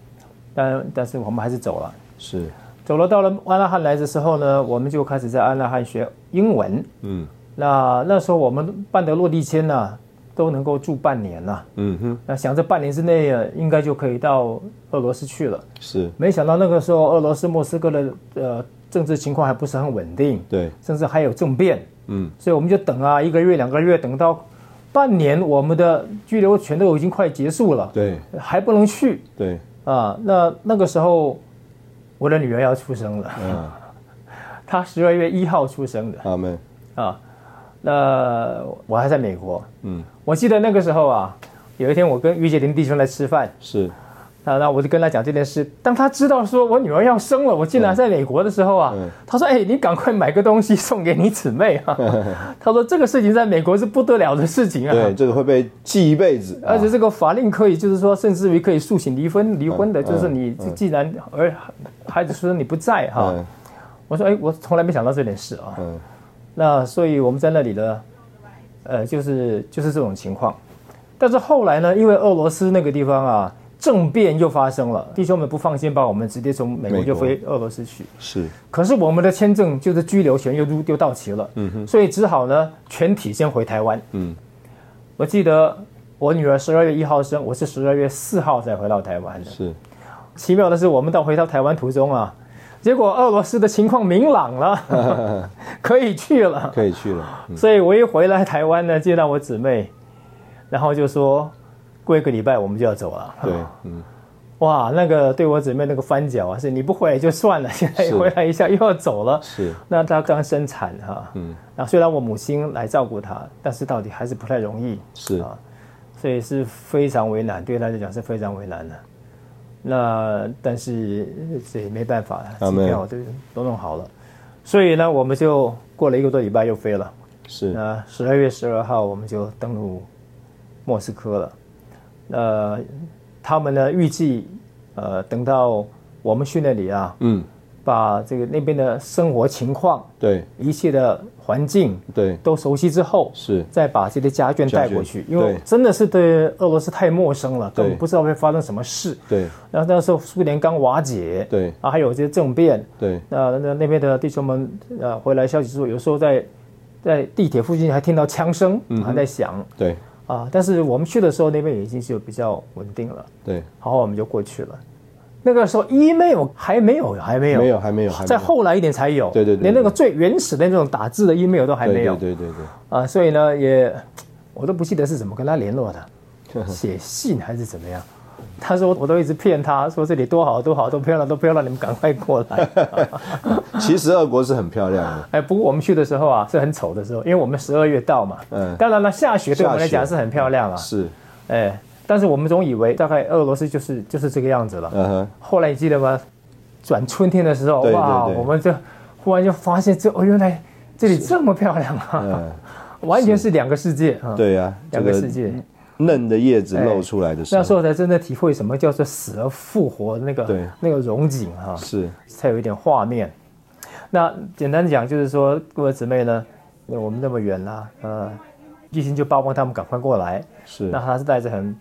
Speaker 3: 但但是我们还是走了。
Speaker 2: 是，
Speaker 3: 走了，到了安拉汉来的时候呢，我们就开始在安拉汉学英文。
Speaker 2: 嗯
Speaker 3: 那那时候我们办的落地签呢、都能够住半年呐、
Speaker 2: 嗯哼，
Speaker 3: 那想着半年之内呃应该就可以到俄罗斯去了，
Speaker 2: 是，
Speaker 3: 没想到那个时候俄罗斯莫斯科的呃政治情况还不是很稳定，
Speaker 2: 对，
Speaker 3: 甚至还有政变，
Speaker 2: 嗯
Speaker 3: 所以我们就等啊一个月两个月，等到半年，我们的居留权都已经快结束了，
Speaker 2: 对
Speaker 3: 还不能去，
Speaker 2: 对，
Speaker 3: 啊，那那个时候我的女儿要出生了，
Speaker 2: 啊
Speaker 3: 他十二月一号出生的
Speaker 2: 阿门。
Speaker 3: 啊。那我还在美国，
Speaker 2: 嗯，
Speaker 3: 我记得那个时候啊，有一天我跟于杰林弟兄来吃饭，
Speaker 2: 是
Speaker 3: 啊，那我就跟他讲这件事。当他知道说我女儿要生了，我竟然在美国的时候啊，
Speaker 2: 嗯
Speaker 3: 他说：“哎，你赶快买个东西送给你姊妹 啊。”他说：“这个事情在美国是不得了的事情啊。”
Speaker 2: 对，这个会被记一辈子。
Speaker 3: 而且
Speaker 2: 啊
Speaker 3: 这个法令可以，就是说，甚至于可以诉请离婚，离婚的，
Speaker 2: 嗯
Speaker 3: 就是你
Speaker 2: 嗯
Speaker 3: 既然儿孩子出生你不在哈，
Speaker 2: 嗯
Speaker 3: 我说哎，我从来没想到这点事啊。
Speaker 2: 嗯
Speaker 3: 那所以我们在那里呢，呃，就是就是这种情况。但是后来呢，因为俄罗斯那个地方啊，政变又发生了，弟兄们不放心，把我们直接从美国
Speaker 2: 美国
Speaker 3: 就飞俄罗斯去。
Speaker 2: 是
Speaker 3: 可是我们的签证就是居留权又入又到期了，嗯哼，所以只好呢全体先回台湾。
Speaker 2: 嗯
Speaker 3: 我记得我女儿十二月一号生，我是十二月四号才回到台湾的。
Speaker 2: 是
Speaker 3: 奇妙的是，我们到回到台湾途中啊，结果俄罗斯的情况明朗 了，可以去了。
Speaker 2: 可以去了。嗯
Speaker 3: 所以我一回来台湾呢，见到我姊妹，然后就说过一个礼拜我们就要走了。
Speaker 2: 对，嗯
Speaker 3: 哇，那个对我姊妹那个翻脚啊，是你不回来也就算了，现在
Speaker 2: 是
Speaker 3: 回来一下又要走了。
Speaker 2: 是
Speaker 3: 那她刚生产哈、
Speaker 2: 嗯
Speaker 3: 那虽然我母亲来照顾她，但是到底还是不太容易。
Speaker 2: 是
Speaker 3: 啊所以是非常为难，对他来讲是非常为难的。那但是这也没办法，
Speaker 2: 阿
Speaker 3: 机
Speaker 2: 们
Speaker 3: 票都都弄好了，所以呢，我们就过了一个多礼拜又飞了。
Speaker 2: 是
Speaker 3: 那呃十二月十二号我们就登陆莫斯科了。那他们呢预计，呃，等到我们去那里啊，
Speaker 2: 嗯
Speaker 3: 把这个那边的生活情况、
Speaker 2: 对
Speaker 3: 一切的环境
Speaker 2: 对
Speaker 3: 都熟悉之后，
Speaker 2: 是
Speaker 3: 再把这些家眷带过
Speaker 2: 家
Speaker 3: 去
Speaker 2: 眷，
Speaker 3: 因为
Speaker 2: 对
Speaker 3: 真的是对俄罗斯太陌生了，
Speaker 2: 对
Speaker 3: 根本不知道会发生什么事。
Speaker 2: 对
Speaker 3: 然后那时候苏联刚瓦解，
Speaker 2: 对
Speaker 3: 啊，还有这些政变，
Speaker 2: 对
Speaker 3: 那那那边的弟兄们呃回来消息说，有时候在在地铁附近还听到枪声，
Speaker 2: 嗯
Speaker 3: 还在响
Speaker 2: 对
Speaker 3: 啊，但是我们去的时候那边已经就比较稳定了，
Speaker 2: 对，
Speaker 3: 然后我们就过去了。那个时候 email 还没有，还没有，
Speaker 2: 没有还没有还没有
Speaker 3: 再后来一点才有，
Speaker 2: 对对对对
Speaker 3: 连那个最原始的那种打字的 email 都还
Speaker 2: 对
Speaker 3: 没有，
Speaker 2: 对对对对
Speaker 3: 啊，所以呢，也我都不记得是怎么跟他联络 的，写信还是怎么样。他说我都一直骗他，说这里多好多好，多漂亮多漂亮，你们赶快过来。
Speaker 2: 其实俄国是很漂亮的，
Speaker 3: 哎，不过我们去的时候啊，是很丑的时候，因为我们十二月到嘛。
Speaker 2: 嗯
Speaker 3: 当然了，下雪对我们来
Speaker 2: 下
Speaker 3: 讲
Speaker 2: 雪嗯
Speaker 3: 是很漂亮啊。
Speaker 2: 是，
Speaker 3: 哎，但是我们总以为大概俄罗斯就是就是这个样子了。
Speaker 2: 嗯哼，
Speaker 3: 后来你记得吗？转春天的时候，
Speaker 2: 对对
Speaker 3: 哇，
Speaker 2: 对
Speaker 3: 我们就忽然就发现这哦，原来这里这么漂亮啊，
Speaker 2: 嗯，
Speaker 3: 完全是两个世界啊，
Speaker 2: 对呀，这嗯
Speaker 3: 两个世界。
Speaker 2: 嫩的叶子露出来的时
Speaker 3: 那时
Speaker 2: 候，
Speaker 3: 候才真的体会什么叫做死而复活的那
Speaker 2: 对
Speaker 3: 个那个荣景啊哈、
Speaker 2: 是
Speaker 3: 才有一点画面。那简单讲就是说，各位姊妹呢，我们那么远啦、呃，一心就巴望他们赶快过来。
Speaker 2: 是
Speaker 3: 那他是带着很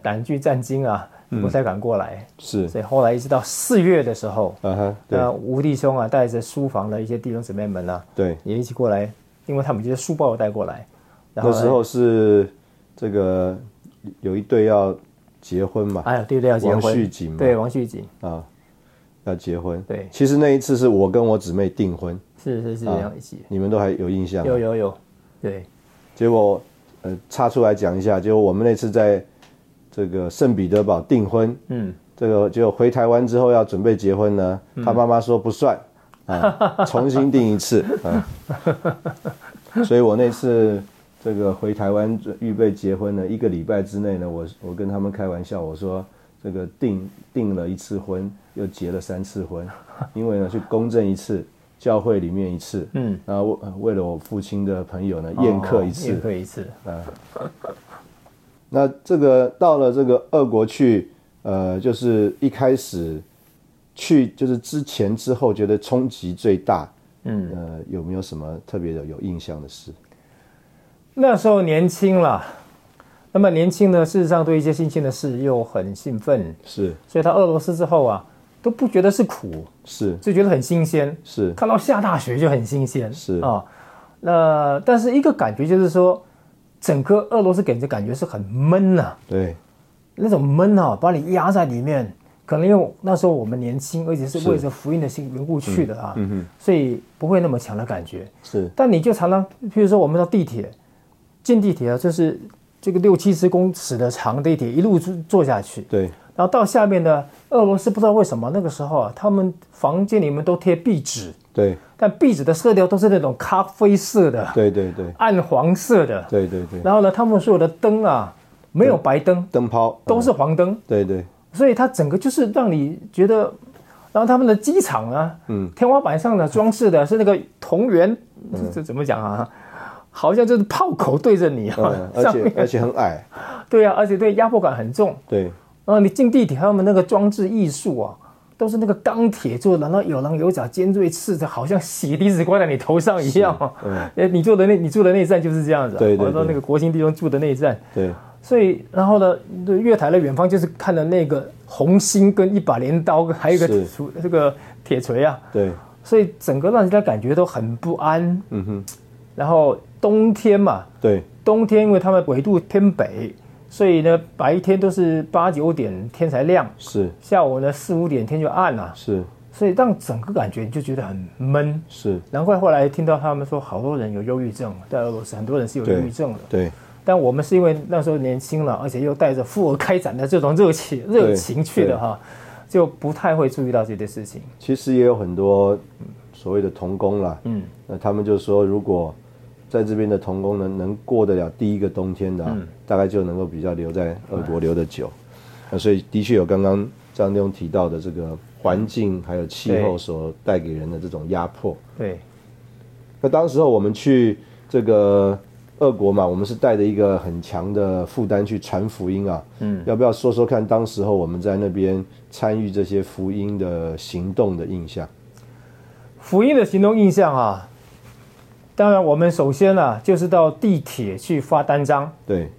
Speaker 3: 胆惧战惊啊，
Speaker 2: 嗯
Speaker 3: 不太敢过来。
Speaker 2: 是，
Speaker 3: 所以后来一直到四月的时候，
Speaker 2: 嗯哼，
Speaker 3: 那
Speaker 2: 对
Speaker 3: 吴弟兄啊，带着书房的一些弟兄姊妹们呢、啊，
Speaker 2: 对，
Speaker 3: 也一起过来，因为他们这些书包带过来。然后
Speaker 2: 那
Speaker 3: 呢
Speaker 2: 时候是这个有一对要结婚嘛，
Speaker 3: 哎呀，对对，要结婚。
Speaker 2: 王旭景嘛
Speaker 3: 对，王旭景。
Speaker 2: 啊，要结婚。
Speaker 3: 对
Speaker 2: 其实那一次是我跟我姊妹订婚，
Speaker 3: 是是是，这
Speaker 2: 啊
Speaker 3: 样一起。
Speaker 2: 你们都还有印象吗？
Speaker 3: 有有有，对，
Speaker 2: 结果呃，插出来讲一下，结果我们那次在这个圣彼得堡订婚，
Speaker 3: 嗯，
Speaker 2: 这个结果回台湾之后要准备结婚呢，他妈妈说不算 啊，重新订一次啊。所以我那次这个回台湾预备结婚呢，一个礼拜之内呢，我我跟他们开玩笑，我说这个订订了一次婚，又结了三次 婚，因为呢去公证一次，教会里面一次，
Speaker 3: 嗯，哦
Speaker 2: 然后为为了我父亲的朋友呢宴客一次，
Speaker 3: 宴客一次，
Speaker 2: 那这个到了这个俄国去，呃，就是一开始去，就是之前之后觉得冲击最大，
Speaker 3: 嗯，
Speaker 2: 呃，有没有什么特别的有印象的事？
Speaker 3: 那时候年轻啦，那么年轻呢，事实上对一些新鲜的事又很兴奋，
Speaker 2: 是
Speaker 3: 所以到俄罗斯之后啊，都不觉得是苦，
Speaker 2: 是
Speaker 3: 就觉得很新鲜，
Speaker 2: 是
Speaker 3: 看到下大雪就很新鲜，
Speaker 2: 是
Speaker 3: 啊，那但是一个感觉就是说，整个俄罗斯给人的感觉是很闷呐、
Speaker 2: 对
Speaker 3: 那种闷啊，把你压在里面。可能因为那时候我们年轻，而且是为着福音的心缘故去的啊，所以不会那么强的感觉。
Speaker 2: 是
Speaker 3: 但你就常常，譬如说我们到地铁，进地铁啊，就是这个六七十公尺的长地铁，一路坐坐下去，
Speaker 2: 对
Speaker 3: 然后到下面呢，俄罗斯不知道为什么那个时候啊，他们房间里面都贴壁纸，
Speaker 2: 对
Speaker 3: 但壁纸的色调都是那种咖啡色的、
Speaker 2: 对对对
Speaker 3: 暗黄色的。
Speaker 2: 对对对，
Speaker 3: 然后呢，他们所有的灯啊，没有白灯，
Speaker 2: 灯泡嗯
Speaker 3: 都是黄灯，
Speaker 2: 对 对
Speaker 3: 所以它整个就是让你觉得。然后他们的机场呢，
Speaker 2: 嗯，
Speaker 3: 天花板上的装饰的是那个铜圆，这这怎么讲啊？好像就是炮口对着你啊
Speaker 2: 嗯，，而
Speaker 3: 上
Speaker 2: 且
Speaker 3: 面
Speaker 2: 而且很矮，
Speaker 3: 对啊，而且对压迫感很重。
Speaker 2: 对
Speaker 3: 然后你进地铁，他们那个装置艺术啊，都是那个钢铁做的，然后有棱有角、尖锐刺的，好像血滴子灌在你头上 一样啊。
Speaker 2: 嗯
Speaker 3: 哎，你住的那你住的那一站就是这样子、啊，
Speaker 2: 对对
Speaker 3: 我到
Speaker 2: 对
Speaker 3: 那个国兴地方住的那一站，
Speaker 2: 对
Speaker 3: 所以然后呢，对月台的远方就是看到那个红星跟一把镰刀，还有一个
Speaker 2: 是
Speaker 3: 铁这个铁锤啊，
Speaker 2: 对，
Speaker 3: 所以整个让人家感觉都很不安。
Speaker 2: 嗯哼，
Speaker 3: 然后冬天嘛，
Speaker 2: 对
Speaker 3: 冬天因为他们纬度偏北，所以呢白天都是八九点天才亮，
Speaker 2: 是
Speaker 3: 下午呢四五点天就暗了、啊
Speaker 2: 是
Speaker 3: 所以让整个感觉你就觉得很闷。
Speaker 2: 是，
Speaker 3: 难怪后来听到他们说，好多人有忧郁症，在俄罗斯很多人是有忧郁症的。
Speaker 2: 对
Speaker 3: 但我们是因为那时候年轻了，而且又带着富而开展的这种热情热情去的哈，就不太会注意到这些事情。
Speaker 2: 其实也有很多所谓的童工啦，
Speaker 3: 嗯，
Speaker 2: 那他们就说，如果在这边的童工能能过得了第一个冬天的啊、大概就能够比较留在俄国留得久。那所以的确有刚刚张弟兄提到的这个环境还有气候
Speaker 3: 对
Speaker 2: 所带给人的这种压迫。
Speaker 3: 对，
Speaker 2: 那当时候我们去这个俄国嘛，我们是带着一个很强的负担去传福音啊。嗯，要不要说说看当时候我们在那边参与这些福音的行动的印象？
Speaker 3: 福音的行动印象啊，当然我们首先啊，就是到地铁去发单张。
Speaker 2: 对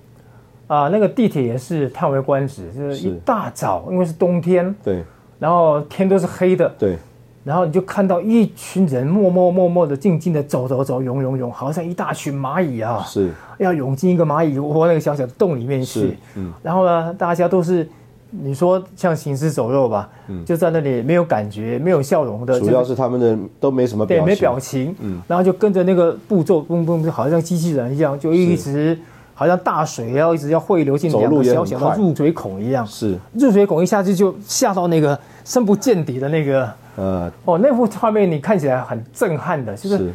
Speaker 3: 啊，那个地铁也是叹为观止，就是
Speaker 2: 是
Speaker 3: 一大早，因为是冬天，
Speaker 2: 对
Speaker 3: 然后天都是黑的，
Speaker 2: 对
Speaker 3: 然后你就看到一群人默默默默的静静的走走走，涌涌涌，好像一大群蚂蚁啊，
Speaker 2: 是
Speaker 3: 要涌进一个蚂蚁窝那个小小的洞里面
Speaker 2: 是
Speaker 3: 去。
Speaker 2: 嗯
Speaker 3: 然后呢，大家都是你说像行尸走肉吧，就在那里没有感觉，没有笑容
Speaker 2: 嗯
Speaker 3: 的，
Speaker 2: 主
Speaker 3: 就
Speaker 2: 要
Speaker 3: 是
Speaker 2: 是他们的都没什么表情，嗯
Speaker 3: 呃对没表情，然后就跟着那个步骤，嘣嘣，就好像像机器人一样，就一直好像大水要一直要汇流进
Speaker 2: 走
Speaker 3: 两
Speaker 2: 路
Speaker 3: 个
Speaker 2: 也
Speaker 3: 小
Speaker 2: 很
Speaker 3: 小
Speaker 2: 快
Speaker 3: 的入水孔一样。
Speaker 2: 是
Speaker 3: 入水孔一下去就下到那个深不见底的那个，
Speaker 2: 呃
Speaker 3: 哦，那幅画面你看起来很震撼的，就是
Speaker 2: 是嗯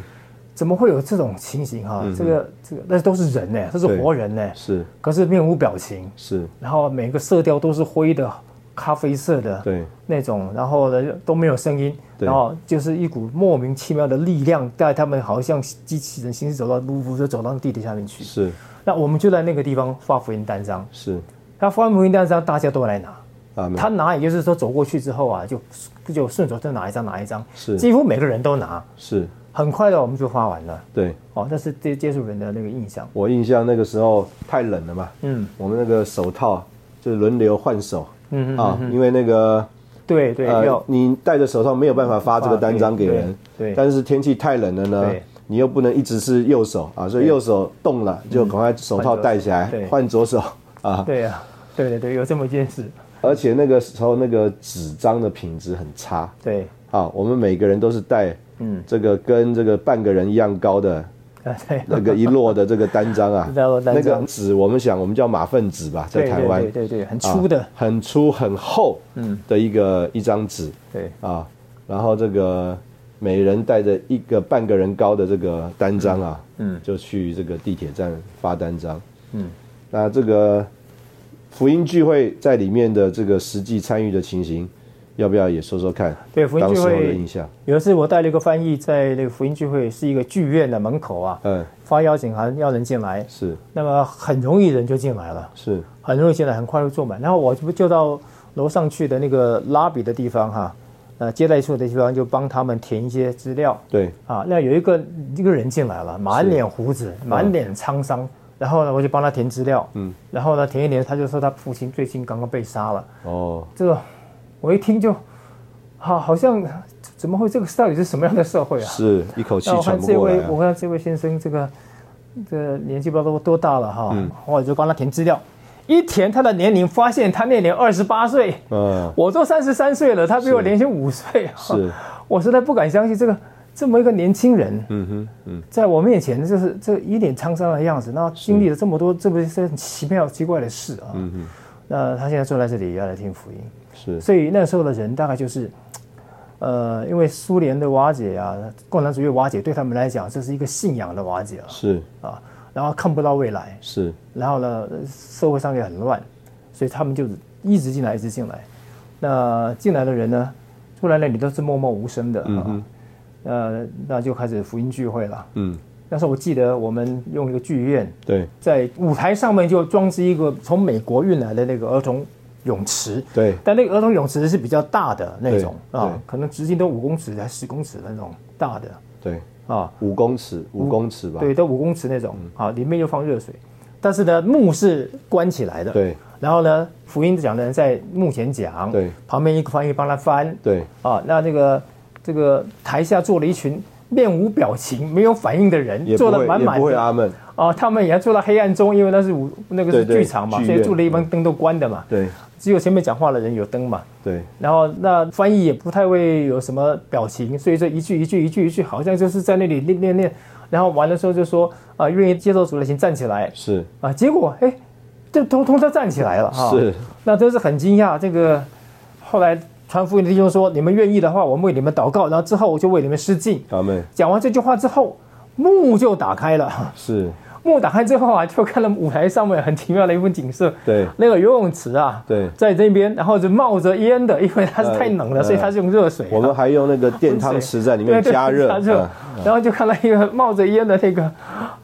Speaker 3: 怎么会有这种情形哈、这个这个，那都是人呢、这是
Speaker 2: 对
Speaker 3: 活人呢、
Speaker 2: 是
Speaker 3: 可是面无表情，
Speaker 2: 是，
Speaker 3: 然后每个色调都是灰的、咖啡色的，
Speaker 2: 对
Speaker 3: 那种，然后呢都没有声音，
Speaker 2: 对
Speaker 3: 然后就是一股莫名其妙的力量带他们好像机器人行尸走肉，呜呜就走到地底下面去。
Speaker 2: 是
Speaker 3: 那我们就在那个地方发福音单张，
Speaker 2: 是
Speaker 3: 那发完福音单张大家都来拿，
Speaker 2: 啊，没
Speaker 3: 他拿也就是说走过去之后啊，就就顺手就拿一张拿一张，
Speaker 2: 是
Speaker 3: 几乎每个人都拿，
Speaker 2: 是
Speaker 3: 很快的我们就发完了。
Speaker 2: 对
Speaker 3: 哦，那是对接触人的那个印象，
Speaker 2: 我印象那个时候太冷了嘛，
Speaker 3: 嗯，
Speaker 2: 我们那个手套就是轮流换手，
Speaker 3: 嗯嗯
Speaker 2: 啊，因为那个
Speaker 3: 对对，
Speaker 2: 呃
Speaker 3: 要，
Speaker 2: 你戴着手套没有办法发这个单张给人，
Speaker 3: 对对对
Speaker 2: 但是天气太冷了呢
Speaker 3: 对。
Speaker 2: 你又不能一直是右手啊，所以右手冻了就赶快手套
Speaker 3: 嗯换左手
Speaker 2: 戴起来，
Speaker 3: 对
Speaker 2: 换左手啊。
Speaker 3: 对啊，对对对，有这么一件事，
Speaker 2: 而且那个时候那个纸张的品质很差，
Speaker 3: 对，
Speaker 2: 啊，我们每个人都是带， 嗯，这个跟这个半个人一样高的
Speaker 3: 啊对，
Speaker 2: 那个一摞的这个单张啊
Speaker 3: ，一摞单
Speaker 2: 那
Speaker 3: 张
Speaker 2: 个纸我们想我们叫马粪纸吧，在
Speaker 3: 对
Speaker 2: 台湾，
Speaker 3: 对对对对，很
Speaker 2: 啊
Speaker 3: 粗的，
Speaker 2: 很粗很厚，嗯，的一个一张纸
Speaker 3: 对。
Speaker 2: 啊，然后这个每人带着一个半个人高的这个单张啊，
Speaker 3: 嗯嗯
Speaker 2: 就去这个地铁站发单张，嗯，那这个福音聚会在里面的这个实际参与的情形，要不要也说说看？
Speaker 3: 对福音
Speaker 2: 当
Speaker 3: 聚
Speaker 2: 时候的
Speaker 3: 会
Speaker 2: 印，象，
Speaker 3: 有一次我带了一个翻译，在那个福音聚会是一个剧院的门口啊，
Speaker 2: 嗯，
Speaker 3: 发邀请函要人进来，
Speaker 2: 是
Speaker 3: 那么很容易人就进来了，
Speaker 2: 是，
Speaker 3: 很容易进来，很快就坐满。然后我就就到楼上去的那个拉比的地方哈、呃接待处的地方就帮他们填一些资料
Speaker 2: 对
Speaker 3: 啊。那有一个一个人进来了，满脸胡子，
Speaker 2: 嗯
Speaker 3: 满脸沧桑。然后呢，我就帮他填资料，嗯，然后呢，填一填，他就说他父亲最近刚刚被杀了，
Speaker 2: 哦，
Speaker 3: 这个我一听就，好，好像怎么会这个到底是什么样的社会啊？
Speaker 2: 是一口气
Speaker 3: 那我
Speaker 2: 喘
Speaker 3: 看
Speaker 2: 不
Speaker 3: 这
Speaker 2: 过来
Speaker 3: 位，
Speaker 2: 啊、
Speaker 3: 我看这位先生这个这个年纪不知道多多大了哈，
Speaker 2: 嗯
Speaker 3: 我就帮他填资料，一填他的年龄，发现他那年二十八岁，
Speaker 2: 嗯，
Speaker 3: 我都三十三岁了，他比我年轻五岁，啊
Speaker 2: 是，
Speaker 3: 我实在不敢相信这个这么一个年轻人，嗯哼，嗯，在我面前就是这一脸沧桑的样子，那经历了这么多这么一些很奇妙奇怪的事啊，嗯哼，那他现在坐在这里要来听福音，
Speaker 2: 是
Speaker 3: 所以那时候的人大概就是，呃，因为苏联的瓦解啊，共产主义瓦解对他们来讲，这是一个信仰的瓦解了
Speaker 2: 是
Speaker 3: 啊，然后看不到未来，
Speaker 2: 是
Speaker 3: 然后呢，社会上也很乱，所以他们就一直进来，一直进来。那进来的人呢，出来那里都是默默无声的啊，呃，那就开始福音聚会了。
Speaker 2: 嗯
Speaker 3: 那时候我记得我们用一个剧院，
Speaker 2: 对
Speaker 3: 在舞台上面就装置一个从美国运来的那个儿童泳池，
Speaker 2: 对
Speaker 3: 但那个儿童泳池是比较大的那种
Speaker 2: 对
Speaker 3: 啊
Speaker 2: 对，
Speaker 3: 可能直径都五公尺还十公尺的那种大的
Speaker 2: 对，
Speaker 3: 啊，
Speaker 2: 五公尺五公尺吧，
Speaker 3: 对，都五公尺那
Speaker 2: 嗯
Speaker 3: 种啊，里面又放热水，但是呢幕是关起来的，
Speaker 2: 对
Speaker 3: 然后呢福音讲的人在幕前讲，
Speaker 2: 对
Speaker 3: 旁边一个翻译帮他翻，
Speaker 2: 对
Speaker 3: 啊，那这个这个台下坐了一群面无表情、没有反应的人，
Speaker 2: 也
Speaker 3: 坐
Speaker 2: 不
Speaker 3: 得
Speaker 2: 会
Speaker 3: 满
Speaker 2: 也
Speaker 3: 满
Speaker 2: 不会
Speaker 3: 的
Speaker 2: 阿闷，
Speaker 3: 哦，他们也要坐到黑暗中，因为那是舞那个
Speaker 2: 对
Speaker 3: 是
Speaker 2: 对
Speaker 3: 剧场嘛，
Speaker 2: 剧
Speaker 3: 所以
Speaker 2: 院
Speaker 3: 住了一般灯都关的嘛，
Speaker 2: 对
Speaker 3: 只有前面讲话的人有灯嘛。
Speaker 2: 对
Speaker 3: 然后那翻译也不太会有什么表情，所以这一句一句一句一句，好像就是在那里念念念，然后完了之后就说啊、愿意接受主的请站起来
Speaker 2: 是
Speaker 3: 啊、结果哎，就通通都站起来了哈。
Speaker 2: 是，
Speaker 3: 那真是很惊讶。这个后来传福音的弟兄说，你们愿意的话，我们为你们祷告，然后之后我就为你们施浸。
Speaker 2: 阿闷
Speaker 3: 讲完这句话之后，幕就打开了。
Speaker 2: 是
Speaker 3: 幕打开之后啊，就看到舞台上面很奇妙的一幅景色。
Speaker 2: 对
Speaker 3: 那个游泳池啊，
Speaker 2: 对
Speaker 3: 在这边，然后就冒着烟的，因为它是太冷了，
Speaker 2: 呃
Speaker 3: 所以它是用热水啊、
Speaker 2: 我们还用那个电汤
Speaker 3: 水
Speaker 2: 匙在里面
Speaker 3: 对对
Speaker 2: 加热，
Speaker 3: 加热、
Speaker 2: 啊
Speaker 3: 然后就看到一个冒着烟的那个，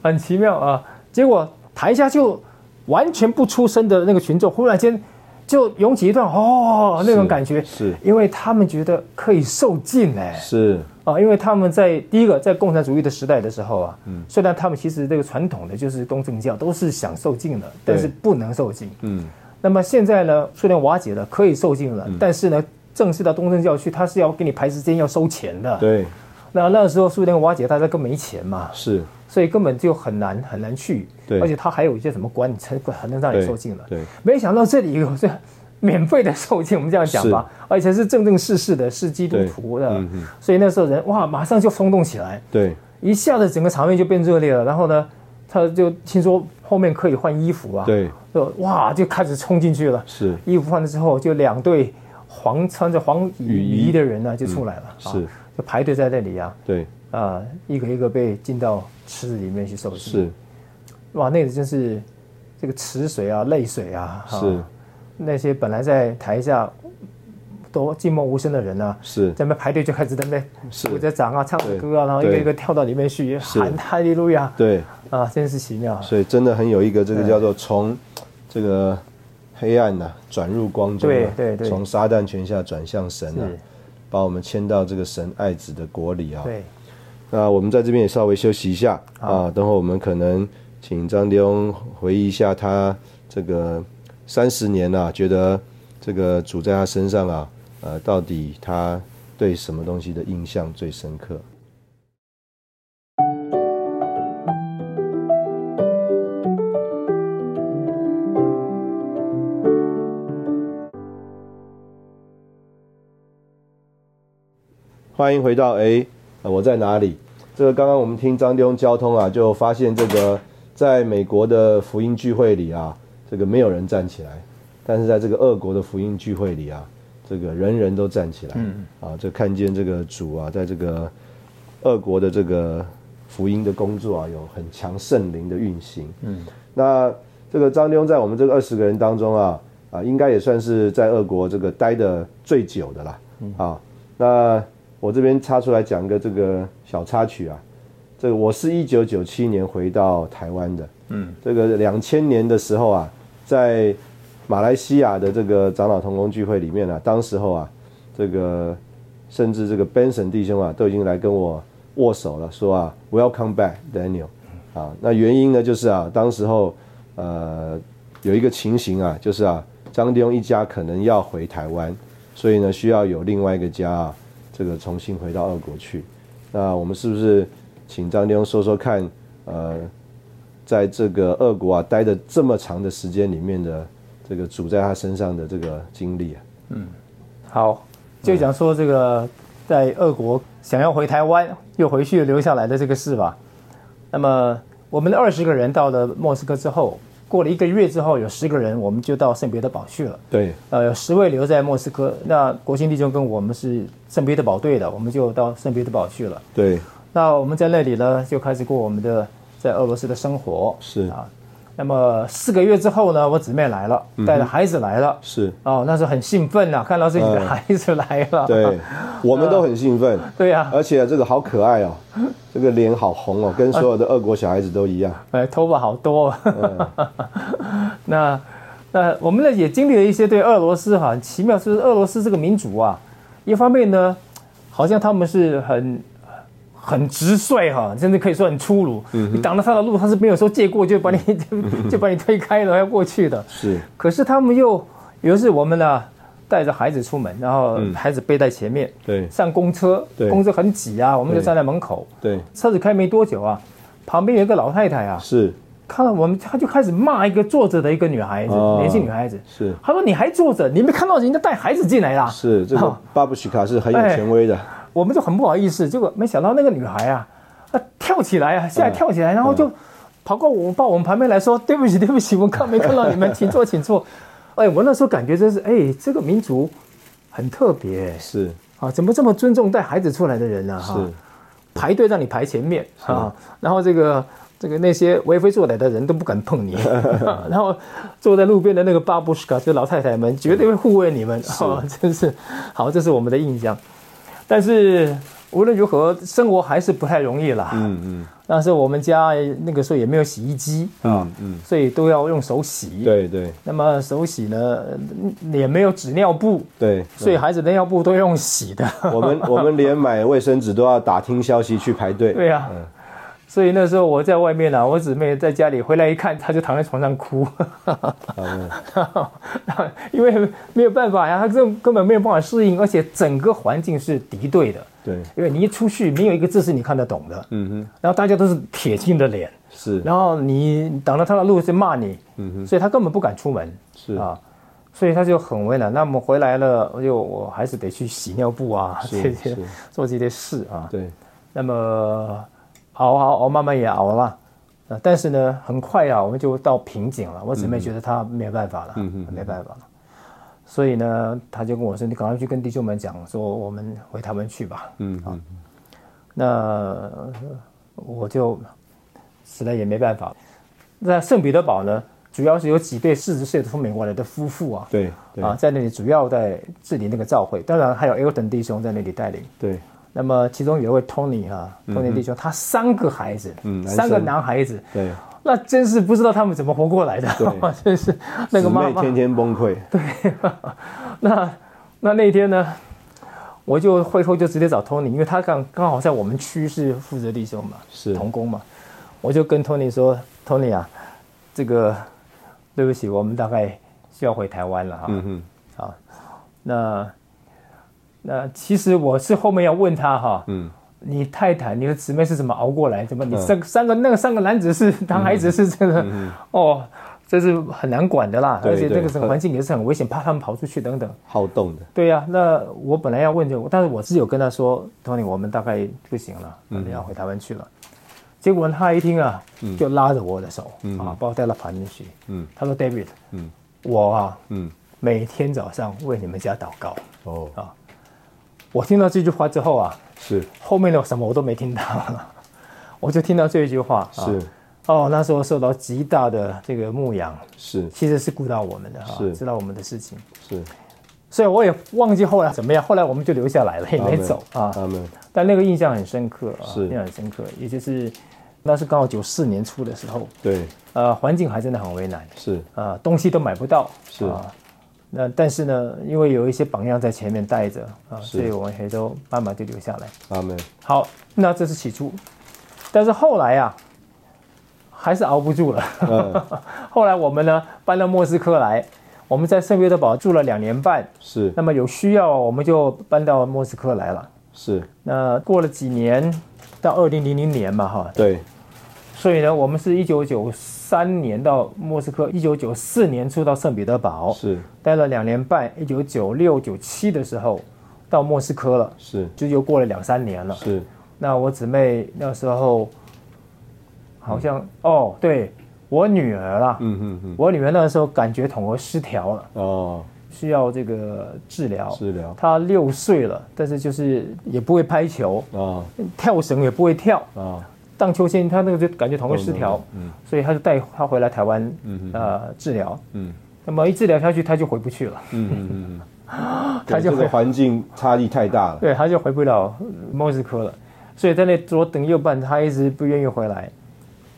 Speaker 3: 很奇妙啊。结果台下就完全不出声的那个群众，忽然间就涌起一段哦那种感觉，
Speaker 2: 是
Speaker 3: 因为他们觉得可以受尽哎、
Speaker 2: 是
Speaker 3: 啊，因为他们在第一个在共产主义的时代的时候啊，
Speaker 2: 嗯
Speaker 3: 虽然他们其实这个传统的就是东正教都是想受尽了，但
Speaker 2: 对
Speaker 3: 是不能受尽。
Speaker 2: 嗯
Speaker 3: 那么现在呢，虽然瓦解了，可以受尽了，但是呢，正式到东正教去，他是要给你排时间，要收钱的。
Speaker 2: 对
Speaker 3: 那那时候苏联瓦解，大家更没钱嘛，
Speaker 2: 是
Speaker 3: 所以根本就很难很难去。
Speaker 2: 对
Speaker 3: 而且他还有一些什么关，你才还能让你受尽了。
Speaker 2: 对对
Speaker 3: 没想到这里有这免费的受尽，我们这样讲吧，而且是正正式式的，是基督徒的，
Speaker 2: 对嗯嗯
Speaker 3: 所以那时候人哇，马上就松动起来，
Speaker 2: 对
Speaker 3: 一下子整个场面就变热烈了。然后呢，他就听说后面可以换衣服啊，，
Speaker 2: 对
Speaker 3: 就哇就开始冲进去了。
Speaker 2: 是
Speaker 3: 衣服换了之后，就两队黄穿着黄雨
Speaker 2: 雨衣
Speaker 3: 衣的人呢、就出来了，啊
Speaker 2: 嗯是，
Speaker 3: 就排队在那里啊，
Speaker 2: 对
Speaker 3: 啊，一个一个被进到池子里面去受洗。
Speaker 2: 是
Speaker 3: 哇，那个真是这个池水啊、泪水啊，啊
Speaker 2: 是
Speaker 3: 那些本来在台下都静默无声的人呢、
Speaker 2: 是
Speaker 3: 在那边排队就开始在那边
Speaker 2: 是
Speaker 3: 鼓着掌啊、唱着
Speaker 2: 对
Speaker 3: 歌啊，然后一个
Speaker 2: 对
Speaker 3: 一个跳到里面去喊哈利路亚
Speaker 2: 对，
Speaker 3: 啊，真是奇妙啊！
Speaker 2: 所以真的很有一个这个叫做从这个黑暗呐、转入光中、啊，
Speaker 3: 对对对
Speaker 2: 从撒旦权下转向神啊
Speaker 3: 是，
Speaker 2: 把我们牵到这个神爱子的国里啊。
Speaker 3: 对，
Speaker 2: 那我们在这边也稍微休息一下啊，等会我们可能请张弟兄回忆一下他这个三十年啊，觉得这个主在他身上啊，呃，到底他对什么东西的印象最深刻？欢迎回到哎、呃我在哪里？这个刚刚我们听张弟兄交通啊，就发现这个在美国的福音聚会里啊，这个没有人站起来，但是在这个俄国的福音聚会里啊，这个人人都站起来，啊，就看见这个主啊，在这个俄国的这个福音的工作啊，有很强圣灵的运行，嗯，那这个张弟兄在我们这个二十个人当中啊，啊，应该也算是在俄国这个待的最久的啦，啊，那我这边插出来讲个这个小插曲啊，这个我是一九九七年回到台湾的，嗯，这个两千年的时候啊，在马来西亚的这个长老同工聚会里面啊，当时候啊，这个甚至这个 Benson 弟兄啊，都已经来跟我握手了，说啊，Welcome back Daniel，啊，那原因呢就是啊，当时候呃有一个情形啊，就是啊，张弟兄一家可能要回台湾，所以呢需要有另外一个家啊，这个重新回到俄国去。那我们是不是请张弟兄说说看，呃，在这个俄国啊待的这么长的时间里面的这个主在他身上的这个经历啊？
Speaker 3: 好，就讲说这个在俄国想要回台湾又回去留下来的这个事吧。那么我们的二十个人到了莫斯科之后，过了一个月之后，有十个人我们就到圣彼得堡去了。
Speaker 2: 对，
Speaker 3: 呃，有十位留在莫斯科。那国兴弟兄跟我们是圣彼得堡队的，我们就到圣彼得堡去了。
Speaker 2: 对，
Speaker 3: 那我们在那里呢，就开始过我们的在俄罗斯的生活。
Speaker 2: 是
Speaker 3: 啊，那么四个月之后呢，我姊妹来了，
Speaker 2: 嗯
Speaker 3: 带着孩子来了。
Speaker 2: 是，
Speaker 3: 哦，那时候很兴奋呐、看到自己的
Speaker 2: 嗯
Speaker 3: 孩子来了。
Speaker 2: 对，我们都很兴奋，
Speaker 3: 对啊呀、
Speaker 2: 而且这个好可爱哦，这个脸好红 哦，跟所有的俄国小孩子都一样。
Speaker 3: 呃，头发好多。
Speaker 2: 嗯
Speaker 3: 那那我们呢也经历了一些对俄罗斯哈、很奇妙，就是俄罗斯这个民族啊，一方面呢，好像他们是很。很直率哈、甚至可以说很粗鲁。
Speaker 2: 嗯
Speaker 3: 你挡了他的路，他是没有说借过就把你就就把你推开了要过去的。
Speaker 2: 是，
Speaker 3: 可是他们又，有时我们呢带着孩子出门，然后孩子背在前面，
Speaker 2: 对，
Speaker 3: 上公车，
Speaker 2: 嗯对
Speaker 3: 公车很挤啊，我们就
Speaker 2: 对
Speaker 3: 站在门口。
Speaker 2: 对，
Speaker 3: 车子开没多久啊，旁边有一个老太太啊，
Speaker 2: 是，
Speaker 3: 看到我们，她就开始骂一个坐着的一个女孩子，
Speaker 2: 哦
Speaker 3: 年轻女孩子，
Speaker 2: 是，
Speaker 3: 她说：“你还坐着，你没看到人家带孩子进来 啦
Speaker 2: 是，这个巴布奇卡是很有权威的，？”
Speaker 3: 我们就很不好意思，结果没想到那个女孩啊，她跳
Speaker 2: 嗯
Speaker 3: 起来啊，吓得跳起来，然后就跑过我们，到我们旁边来说：“对不起，对不起，我看没看到你们，请坐，请坐。” 哎，我那时候感觉真是，哎，这个民族很特别
Speaker 2: 是，
Speaker 3: 啊，怎么这么尊重带孩子出来的人呢、啊？哈、
Speaker 2: 是，
Speaker 3: 排队让你排前面啊，然后这个这个那些为非作歹的人都不敢 碰你，啊然后坐在路边的那个巴布什卡，就老太太们绝对会护卫你们，啊，真是好，这是我们的印象。但是无论如何，生活还是不太容易啦。
Speaker 2: 嗯嗯
Speaker 3: 但是我们家那个时候也没有洗衣机，
Speaker 2: 嗯嗯，
Speaker 3: 所以都要用手洗。
Speaker 2: 对对
Speaker 3: 那么手洗呢，嗯也没有纸尿布，
Speaker 2: 对，
Speaker 3: 所以孩子的尿布都用洗的。
Speaker 2: 我 们我们连买卫生纸都要打听消息去排队。
Speaker 3: 对呀、所以那时候我在外面啊，我姊妹在家里回来一看，她就躺在床上哭，
Speaker 2: 嗯
Speaker 3: 因为没有办法呀，她根根本没有办法适应，而且整个环境是敌对的，
Speaker 2: 对，
Speaker 3: 因为你一出去，没有一个字是你看得懂的，
Speaker 2: 嗯哼，
Speaker 3: 然后大家都是铁青的脸，
Speaker 2: 是
Speaker 3: 然后你挡了他的路是骂你，
Speaker 2: 嗯
Speaker 3: 所以他根本不敢出门
Speaker 2: 是
Speaker 3: 啊，所以他就很为难。那么回来了，我就我还是得去洗尿布啊，
Speaker 2: 是
Speaker 3: 这些
Speaker 2: 是
Speaker 3: 做这些事啊，
Speaker 2: 对，
Speaker 3: 那么熬熬熬，慢慢也熬了。呃，但是呢，很快啊，我们就到瓶颈了。我姊妹觉得她没有办法了，没办法了，所以呢，她就跟我说：“你赶快去跟弟兄们讲，说我们回他们去吧。
Speaker 2: 嗯嗯
Speaker 3: 那呃我就实在也没办法。那圣彼得堡呢，主要是有几对四十岁的从美国来的夫妇啊，
Speaker 2: 对对
Speaker 3: 啊，在那里主要在治理那个教会，当然还有 Elton 弟兄在那里带领。
Speaker 2: 对，
Speaker 3: 那么其中有一位 Tony 啊，Tony 弟兄，他三个孩子，
Speaker 2: 嗯男
Speaker 3: 三个
Speaker 2: 生
Speaker 3: 男孩子，
Speaker 2: 对，
Speaker 3: 那真是不知道他们怎么活过来的，
Speaker 2: 对
Speaker 3: 真是那个妈
Speaker 2: 姊妹
Speaker 3: 妈。
Speaker 2: 天天崩溃。
Speaker 3: 那那那天呢，我就会后就直接找 Tony，因为他刚刚好在我们区是负责弟兄嘛，
Speaker 2: 是
Speaker 3: 童工嘛，我就跟 Tony 说，Tony 啊，这个对不起，我们大概需要回台湾了哈、
Speaker 2: 嗯哼，
Speaker 3: 啊，那那其实我是后面要问他哈、
Speaker 2: 嗯，
Speaker 3: 你太太、你的姊妹是怎么熬过来？怎么你三个三个那个三个男子是
Speaker 2: 嗯
Speaker 3: 男孩子是这个、哦，这是很难管的啦，
Speaker 2: 对
Speaker 3: 而且
Speaker 2: 对
Speaker 3: 那个整个环境也是很危险，怕他们跑出去等等。
Speaker 2: 好动的。
Speaker 3: 对呀、那我本来要问这个，但是我是有跟他说，Tony，我们大概不行了，
Speaker 2: 嗯
Speaker 3: 我们要回台湾去了。结果他一听啊，就拉着我的手、啊，把我带到旁边去。
Speaker 2: 嗯
Speaker 3: 他说，David，
Speaker 2: 嗯
Speaker 3: 我啊
Speaker 2: 嗯，
Speaker 3: 每天早上为你们家祷告。
Speaker 2: 哦，
Speaker 3: 啊我听到这句话之后啊，
Speaker 2: 是
Speaker 3: 后面的什么我都没听到了， 我就听到这一句话。啊
Speaker 2: 是
Speaker 3: 哦，那时候受到极大的这个牧养，
Speaker 2: 是
Speaker 3: 其实是顾到我们的哈、
Speaker 2: 是
Speaker 3: 知道我们的事情。
Speaker 2: 是，
Speaker 3: 所以我也忘记后来怎么样，后来我们就留下来了，也
Speaker 2: 阿
Speaker 3: 没
Speaker 2: 门
Speaker 3: 走啊。
Speaker 2: 阿门。
Speaker 3: 但那个印象很深刻啊，
Speaker 2: 是
Speaker 3: 印象很深刻，也就是那是刚好九四年初的时候，
Speaker 2: 对，
Speaker 3: 呃，环境还真的很为难，
Speaker 2: 是
Speaker 3: 啊，东西都买不到，
Speaker 2: 是
Speaker 3: 啊。那但是呢，因为有一些榜样在前面带着啊，所以我们也都慢慢就留下来。
Speaker 2: 阿门。
Speaker 3: 好，那这是起初，但是后来啊，还是熬不住了。
Speaker 2: 嗯，
Speaker 3: 后来我们呢搬到莫斯科来，我们在圣彼得堡住了两年半。
Speaker 2: 是
Speaker 3: 那么有需要，我们就搬到莫斯科来了。
Speaker 2: 是，
Speaker 3: 那过了几年，到二零零零年嘛，哈，
Speaker 2: 对
Speaker 3: 所以呢，我们是一九九三年到莫斯科，一九九四年初到圣彼得堡，
Speaker 2: 是
Speaker 3: 待了两年半。一九九六九七的时候到莫斯科了，
Speaker 2: 是
Speaker 3: 就又过了两三年了。
Speaker 2: 是
Speaker 3: 那我姊妹那时候好像、哦，对，我女儿啦，
Speaker 2: 嗯嗯嗯，
Speaker 3: 我女儿那个时候感觉统合失调了，
Speaker 2: 哦，
Speaker 3: 需要这个治疗。
Speaker 2: 治疗
Speaker 3: 她六岁了，但是就是也不会拍球，
Speaker 2: 啊
Speaker 3: 跳绳也不会跳，
Speaker 2: 啊，
Speaker 3: 荡秋千她那个就感觉统合失调，
Speaker 2: 嗯
Speaker 3: 所以她就带她回来台湾
Speaker 2: 嗯嗯
Speaker 3: 呃治疗。
Speaker 2: 嗯
Speaker 3: 那么一治疗下去，她就回不去了，
Speaker 2: 嗯嗯嗯，
Speaker 3: 他
Speaker 2: 对
Speaker 3: 就
Speaker 2: 这
Speaker 3: 会
Speaker 2: 个环境差异太大了，
Speaker 3: 对，她就回不了呃莫斯科了，所以在那左等右办，她一直不愿意回来。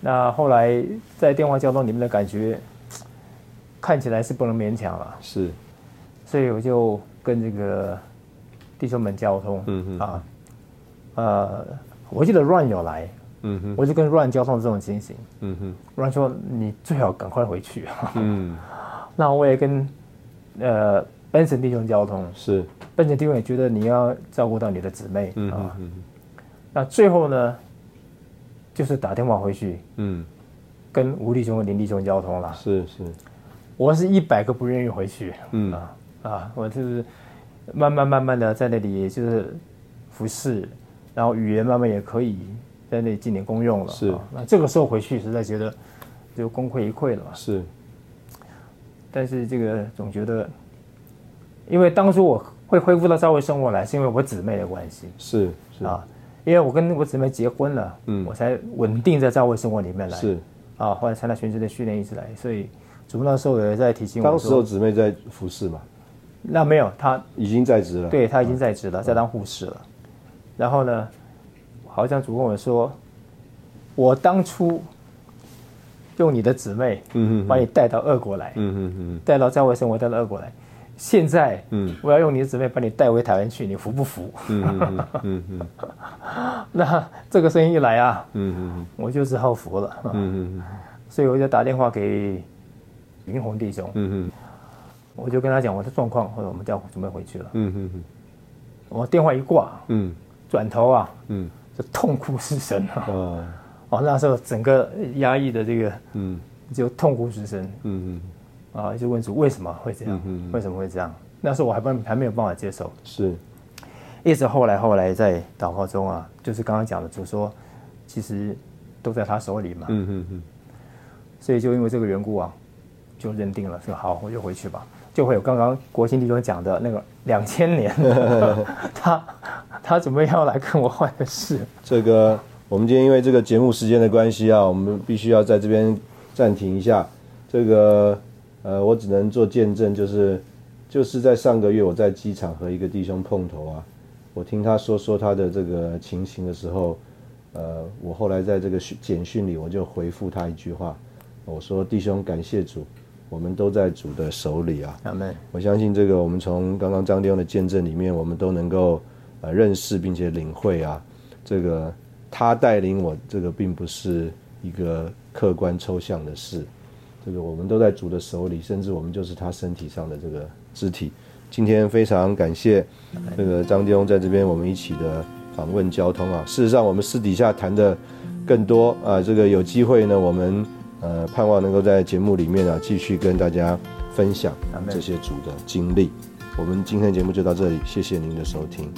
Speaker 3: 那后来在电话交通里面的感觉，看起来是不能勉强了。
Speaker 2: 是，
Speaker 3: 所以我就跟这个弟兄们交通，
Speaker 2: 嗯嗯
Speaker 3: 啊，呃，我记得 Run 有来，
Speaker 2: 嗯哼
Speaker 3: 我就跟 Run 交通这种情形
Speaker 2: 嗯哼
Speaker 3: ，Run 说你最好赶快回去。
Speaker 2: 嗯
Speaker 3: 那我也跟呃 Benson 弟兄交通
Speaker 2: 是，
Speaker 3: ，Benson 弟兄也觉得你要照顾到你的姊妹
Speaker 2: 嗯
Speaker 3: 啊。
Speaker 2: 嗯
Speaker 3: 那最后呢，就是打电话回去
Speaker 2: 嗯
Speaker 3: 跟吴弟兄和林弟兄交通了。
Speaker 2: 是是，
Speaker 3: 我是一百个不愿意回去，
Speaker 2: 嗯
Speaker 3: 啊啊，我就是慢慢慢慢的在那里就是服侍，然后语言慢慢也可以在那里进点功用了。
Speaker 2: 是
Speaker 3: 啊那这个时候回去实在觉得就功亏一篑了嘛。
Speaker 2: 是，
Speaker 3: 但是这个总觉得，因为当初我会恢复到教会生活来，是因为我姊妹的关系
Speaker 2: 是是
Speaker 3: 啊，因为我跟我姊妹结婚了，
Speaker 2: 嗯
Speaker 3: 我才稳定在教会生活里面来。
Speaker 2: 是，
Speaker 3: 啊，后来参加全职的训练一直来，所以主那时候也在提醒我
Speaker 2: 当
Speaker 3: 说，
Speaker 2: 时候姊妹在服侍嘛，
Speaker 3: 那没有他
Speaker 2: 已经在职了，
Speaker 3: 对他已经在职了，在当护士了。然后呢，好像主跟我说，我当初用你的姊妹，
Speaker 2: 嗯嗯嗯
Speaker 3: 把你带到俄国来，
Speaker 2: 嗯嗯嗯
Speaker 3: 带到教会生活，带到俄国来。现在，
Speaker 2: 嗯
Speaker 3: 我要用你的姊妹把你带回台湾去，你服不服？
Speaker 2: 嗯嗯嗯嗯
Speaker 3: 那这个声音一来啊，
Speaker 2: 嗯
Speaker 3: 我就只好服了。啊
Speaker 2: 嗯嗯
Speaker 3: 所以我就打电话给云红弟兄，
Speaker 2: 嗯
Speaker 3: 我就跟他讲我的状况，或者我们就要准备回去了。
Speaker 2: 嗯
Speaker 3: 我电话一挂，
Speaker 2: 嗯
Speaker 3: 转头啊
Speaker 2: 嗯
Speaker 3: 就痛哭失声啊。
Speaker 2: 啊
Speaker 3: 哦，那时候整个压抑的这个
Speaker 2: 嗯
Speaker 3: 就痛哭失声
Speaker 2: 嗯嗯
Speaker 3: 啊，就问主为什么会这样？
Speaker 2: 嗯嗯嗯
Speaker 3: 为什么会这样？那时候我还不还没有办法接受，
Speaker 2: 是，
Speaker 3: 一直后来后来在祷告中啊，就是刚刚讲的主说，其实都在他手里嘛，
Speaker 2: 嗯嗯嗯
Speaker 3: 所以就因为这个缘故啊，就认定了说好我就回去吧，就会有刚刚国兴弟兄讲的那个两千年，他他准备要来跟我换的事，
Speaker 2: 这个我们今天因为这个节目时间的关系啊，我们必须要在这边暂停一下。这个呃，我只能做见证，就是就是在上个月我在机场和一个弟兄碰头啊，我听他说说他的这个情形的时候，呃，我后来在这个讯简讯里我就回复他一句话，我说弟兄感谢主，我们都在主的手里啊。
Speaker 3: 阿门，
Speaker 2: 我相信这个，我们从刚刚张弟兄的见证里面，我们都能够呃认识并且领会啊，这个他带领我，这个并不是一个客观抽象的事，这个我们都在主的手里，甚至我们就是他身体上的这个肢体。今天非常感谢这个张弟兄在这边我们一起的访问交通啊，事实上我们私底下谈的更多啊、这个有机会呢，我们呃盼望能够在节目里面啊继续跟大家分享
Speaker 3: Amen
Speaker 2: 这些主的经历。我们今天的节目就到这里，谢谢您的收听。